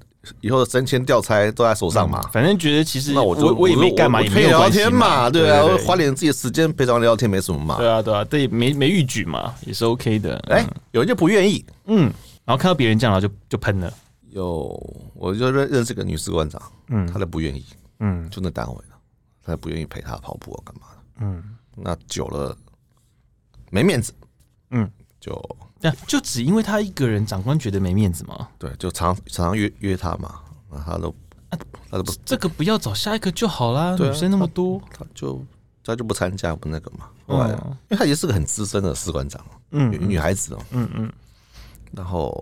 [SPEAKER 1] 以后的升迁调差都在手上嘛。
[SPEAKER 3] 反正觉得其实
[SPEAKER 1] 那
[SPEAKER 3] 嗯我
[SPEAKER 1] 就
[SPEAKER 3] 我也没干嘛，
[SPEAKER 1] 我
[SPEAKER 3] 也
[SPEAKER 1] 就陪
[SPEAKER 3] 没有
[SPEAKER 1] 聊
[SPEAKER 3] 关系
[SPEAKER 1] 天嘛，对啊，我
[SPEAKER 3] 对
[SPEAKER 1] 花点自己的时间陪长聊天没什么嘛。
[SPEAKER 3] 对啊对啊，对没没逾矩嘛，也是 OK 的。
[SPEAKER 1] 哎，有人就不愿意，
[SPEAKER 3] 嗯，嗯然后看到别人这样，然后就就喷了。
[SPEAKER 1] 有我就认认识个女士馆长，
[SPEAKER 3] 嗯
[SPEAKER 1] 她就不愿意，
[SPEAKER 3] 嗯
[SPEAKER 1] 就那单位的，她不愿意陪她跑步啊，干嘛的？
[SPEAKER 3] 嗯，
[SPEAKER 1] 那久了没面子，
[SPEAKER 3] 嗯，
[SPEAKER 1] 就
[SPEAKER 3] 这样就只因为他一个人，长官觉得没面子吗？
[SPEAKER 1] 对，就常常常约约她嘛，那她都她都不
[SPEAKER 3] 这个不要找下一个就好啦，
[SPEAKER 1] 对啊
[SPEAKER 3] 女生那么多。
[SPEAKER 1] 他就他就不参加不那个嘛，后来、
[SPEAKER 3] 嗯
[SPEAKER 1] 因为他也是个很资深的士官长，
[SPEAKER 3] 嗯
[SPEAKER 1] 女女孩子哦，
[SPEAKER 3] 嗯嗯
[SPEAKER 1] 然后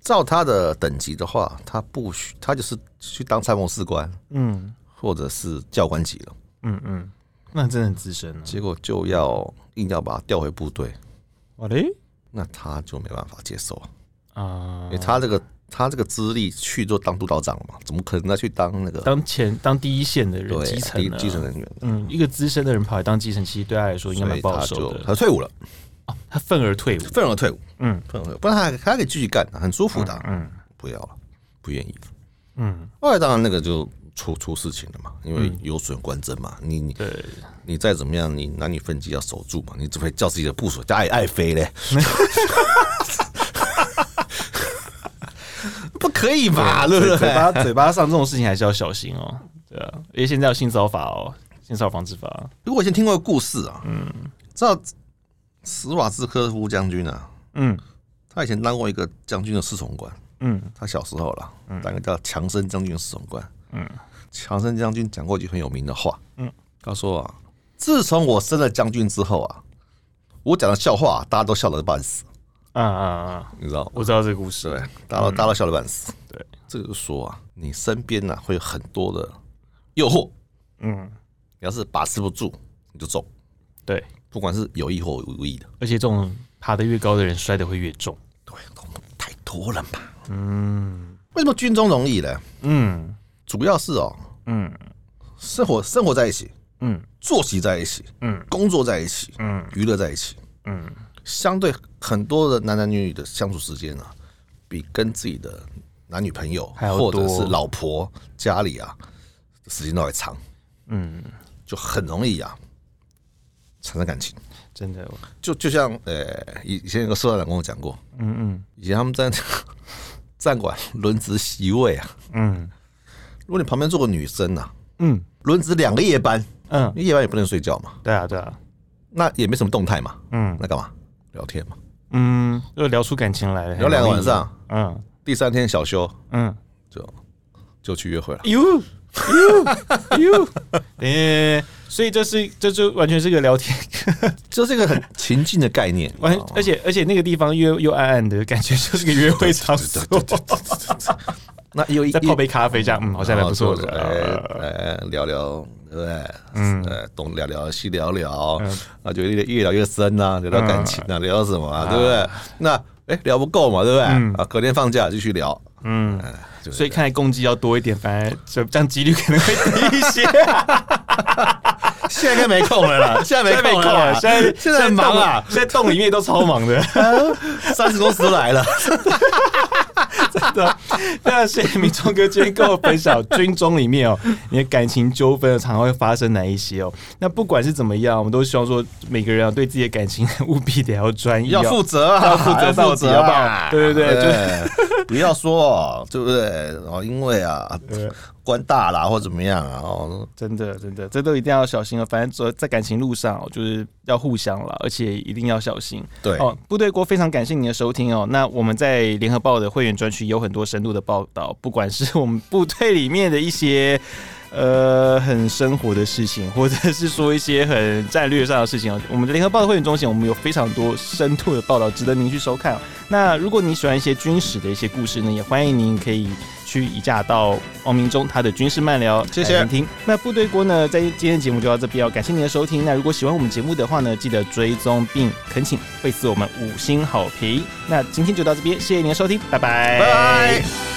[SPEAKER 1] 照他的等级的话，他不许他就是去当参谋士官
[SPEAKER 3] 嗯
[SPEAKER 1] 或者是教官级了，
[SPEAKER 3] 嗯嗯，那真的很资深了。
[SPEAKER 1] 结果就要硬要把他调回部队，
[SPEAKER 3] 哇嘞
[SPEAKER 1] 那他就没办法接受啊，
[SPEAKER 3] 啊
[SPEAKER 1] 因为！他这个他这个资历去做当督导长嘛，怎么可能再去当那个
[SPEAKER 3] 当前当第一线的人，
[SPEAKER 1] 对
[SPEAKER 3] 基层
[SPEAKER 1] 低
[SPEAKER 3] 的
[SPEAKER 1] 基层人员？
[SPEAKER 3] 嗯，一个资深的人跑来当基层，其实对他来说应该
[SPEAKER 1] 所
[SPEAKER 3] 蛮
[SPEAKER 1] 以
[SPEAKER 3] 不好
[SPEAKER 1] 他
[SPEAKER 3] 受
[SPEAKER 1] 就
[SPEAKER 3] 的。
[SPEAKER 1] 他退伍了，
[SPEAKER 3] 哦他愤而退伍。
[SPEAKER 1] 愤而退伍，
[SPEAKER 3] 嗯
[SPEAKER 1] 愤而退伍，不然他还他还可以继续干啊，很舒服的啊，
[SPEAKER 3] 嗯
[SPEAKER 1] 不要了，不愿意。
[SPEAKER 3] 嗯，
[SPEAKER 1] 后来当然那个就出出事情了嘛，因为有损官箴嘛，你你
[SPEAKER 3] 对，
[SPEAKER 1] 你再怎么样，你男女分级要守住嘛，你怎么会叫自己的部属叫爱爱妃嘞？不可以吧，对不
[SPEAKER 3] 啊嘴
[SPEAKER 1] 对？
[SPEAKER 3] 巴嘴巴上这种事情还是要小心哦。对啊，因为现在有性骚扰法哦，性骚扰防治法。
[SPEAKER 1] 如果以前听过个故事啊，嗯，知道史瓦兹科夫将军啊，
[SPEAKER 3] 嗯
[SPEAKER 1] 他以前当过一个将军的侍从官，
[SPEAKER 3] 嗯
[SPEAKER 1] 他小时候啦，当个叫强森将军的侍从官，
[SPEAKER 3] 嗯，
[SPEAKER 1] 强森将军讲过一句很有名的话，
[SPEAKER 3] 嗯，
[SPEAKER 1] 他说啊，自从我升了将军之后啊，我讲的笑话大家都笑得半死，
[SPEAKER 3] 啊啊啊！
[SPEAKER 1] 你知道吗？
[SPEAKER 3] 我知道这个故事。
[SPEAKER 1] 对，大家都、大家都笑得半死。
[SPEAKER 3] 嗯对，
[SPEAKER 1] 这就是说啊，你身边呢、会有很多的诱惑，
[SPEAKER 3] 嗯，
[SPEAKER 1] 你要是把持不住，你就中，
[SPEAKER 3] 对，
[SPEAKER 1] 不管是有意或无意的，
[SPEAKER 3] 而且这种爬得越高的人摔得会越重。
[SPEAKER 1] 对，太多了嘛。嗯，为什么军中容易呢？
[SPEAKER 3] 嗯
[SPEAKER 1] 主要是哦，
[SPEAKER 3] 嗯
[SPEAKER 1] 生活生活在一起，
[SPEAKER 3] 嗯
[SPEAKER 1] 作息在一起，
[SPEAKER 3] 嗯，
[SPEAKER 1] 工作在一起，
[SPEAKER 3] 嗯，
[SPEAKER 1] 娱乐在一起，
[SPEAKER 3] 嗯，
[SPEAKER 1] 相对很多的男男女女的相处时间啊，比跟自己的男女朋友
[SPEAKER 3] 还要
[SPEAKER 1] 或者
[SPEAKER 3] 多
[SPEAKER 1] 是老婆家里啊，时间都还长，
[SPEAKER 3] 嗯，
[SPEAKER 1] 就很容易啊产生感情。
[SPEAKER 3] 真的。
[SPEAKER 1] 就就像呃，以以前有个社团长跟我讲过，
[SPEAKER 3] 嗯
[SPEAKER 1] 以前他们在 *laughs* 站馆轮值席位啊，
[SPEAKER 3] 嗯嗯
[SPEAKER 1] 如果你旁边坐个女生啊，
[SPEAKER 3] 嗯
[SPEAKER 1] 轮值两个夜班，
[SPEAKER 3] 嗯，
[SPEAKER 1] 因为夜班也不能睡觉嘛，
[SPEAKER 3] 对啊对啊。
[SPEAKER 1] 那也没什么动态嘛，
[SPEAKER 3] 嗯
[SPEAKER 1] 那干嘛聊天嘛？
[SPEAKER 3] 嗯，就聊出感情来了。
[SPEAKER 1] 哎聊两个晚。上，
[SPEAKER 3] 嗯
[SPEAKER 1] 第三天小休
[SPEAKER 3] 嗯。
[SPEAKER 1] 就就去约会了。
[SPEAKER 3] 哟哟哟， *laughs* 诶，所以这是这就完全是个聊天，
[SPEAKER 1] 这是一个很情境的概念，哦
[SPEAKER 3] 完
[SPEAKER 1] 你知道吗
[SPEAKER 3] 而且而且那个地方又又暗暗的感觉，就是个约会场所，
[SPEAKER 1] 那有一
[SPEAKER 3] 再泡杯咖啡这样，嗯，好像还不错
[SPEAKER 1] 然后就
[SPEAKER 3] 的。啊
[SPEAKER 1] 来来聊聊，对不对？嗯，东聊聊西聊聊，
[SPEAKER 3] 嗯
[SPEAKER 1] 啊，就越越聊越深啊，聊聊感情啊，聊聊什么啊，对不对？那哎聊不够嘛，对不对？啊，隔天放假继续聊，
[SPEAKER 3] 嗯，
[SPEAKER 1] 哎，就
[SPEAKER 3] 所以看来攻击要多一点，反而这这样几率可能会低一
[SPEAKER 1] *laughs*
[SPEAKER 3] 些。
[SPEAKER 1] 现在应该没空了啦， *laughs* 现在没空了啦，
[SPEAKER 3] *laughs* 现在
[SPEAKER 1] 现在很忙啊， *laughs*
[SPEAKER 3] 现在洞里面都超忙的， *laughs*
[SPEAKER 1] 三十公司都来了，
[SPEAKER 3] 对啊，非常谢谢明忠哥今天跟我分享军中里面哦，你的感情纠纷常常会发生哪一些哦。那不管是怎么样，我们都希望说每个人啊对自己的感情务必得要专一、哦，
[SPEAKER 1] 要负责啊，
[SPEAKER 3] 要负责到底，好不好？对对对，就是
[SPEAKER 1] 对， *laughs* 不要说哦，对不对？哦，因为啊，
[SPEAKER 3] 对
[SPEAKER 1] 官大啦或怎么样啊，哦，
[SPEAKER 3] 真的真的，这都一定要小心哦。反正走在感情路上、哦，就是要互相了，而且一定要小心。
[SPEAKER 1] 对，
[SPEAKER 3] 哦，部队锅非常感谢你的收听哦。那我们在联合报的会员专区有很多深度的报道，不管是我们部队里面的一些呃很生活的事情，或者是说一些很战略上的事情哦。我们的联合报的会员中心，我们有非常多深度的报道，值得您去收看哦、那如果你喜欢一些军史的一些故事呢，也欢迎您可以。去移驾到王明忠他的军事漫聊，
[SPEAKER 1] 谢谢
[SPEAKER 3] 来聆听。那部队锅呢，在今天的节目就到这边哦，感谢您的收听。那如果喜欢我们节目的话呢，记得追踪并恳请惠赐我们五星好评。那今天就到这边，谢谢您的收听，拜拜，
[SPEAKER 1] 拜拜。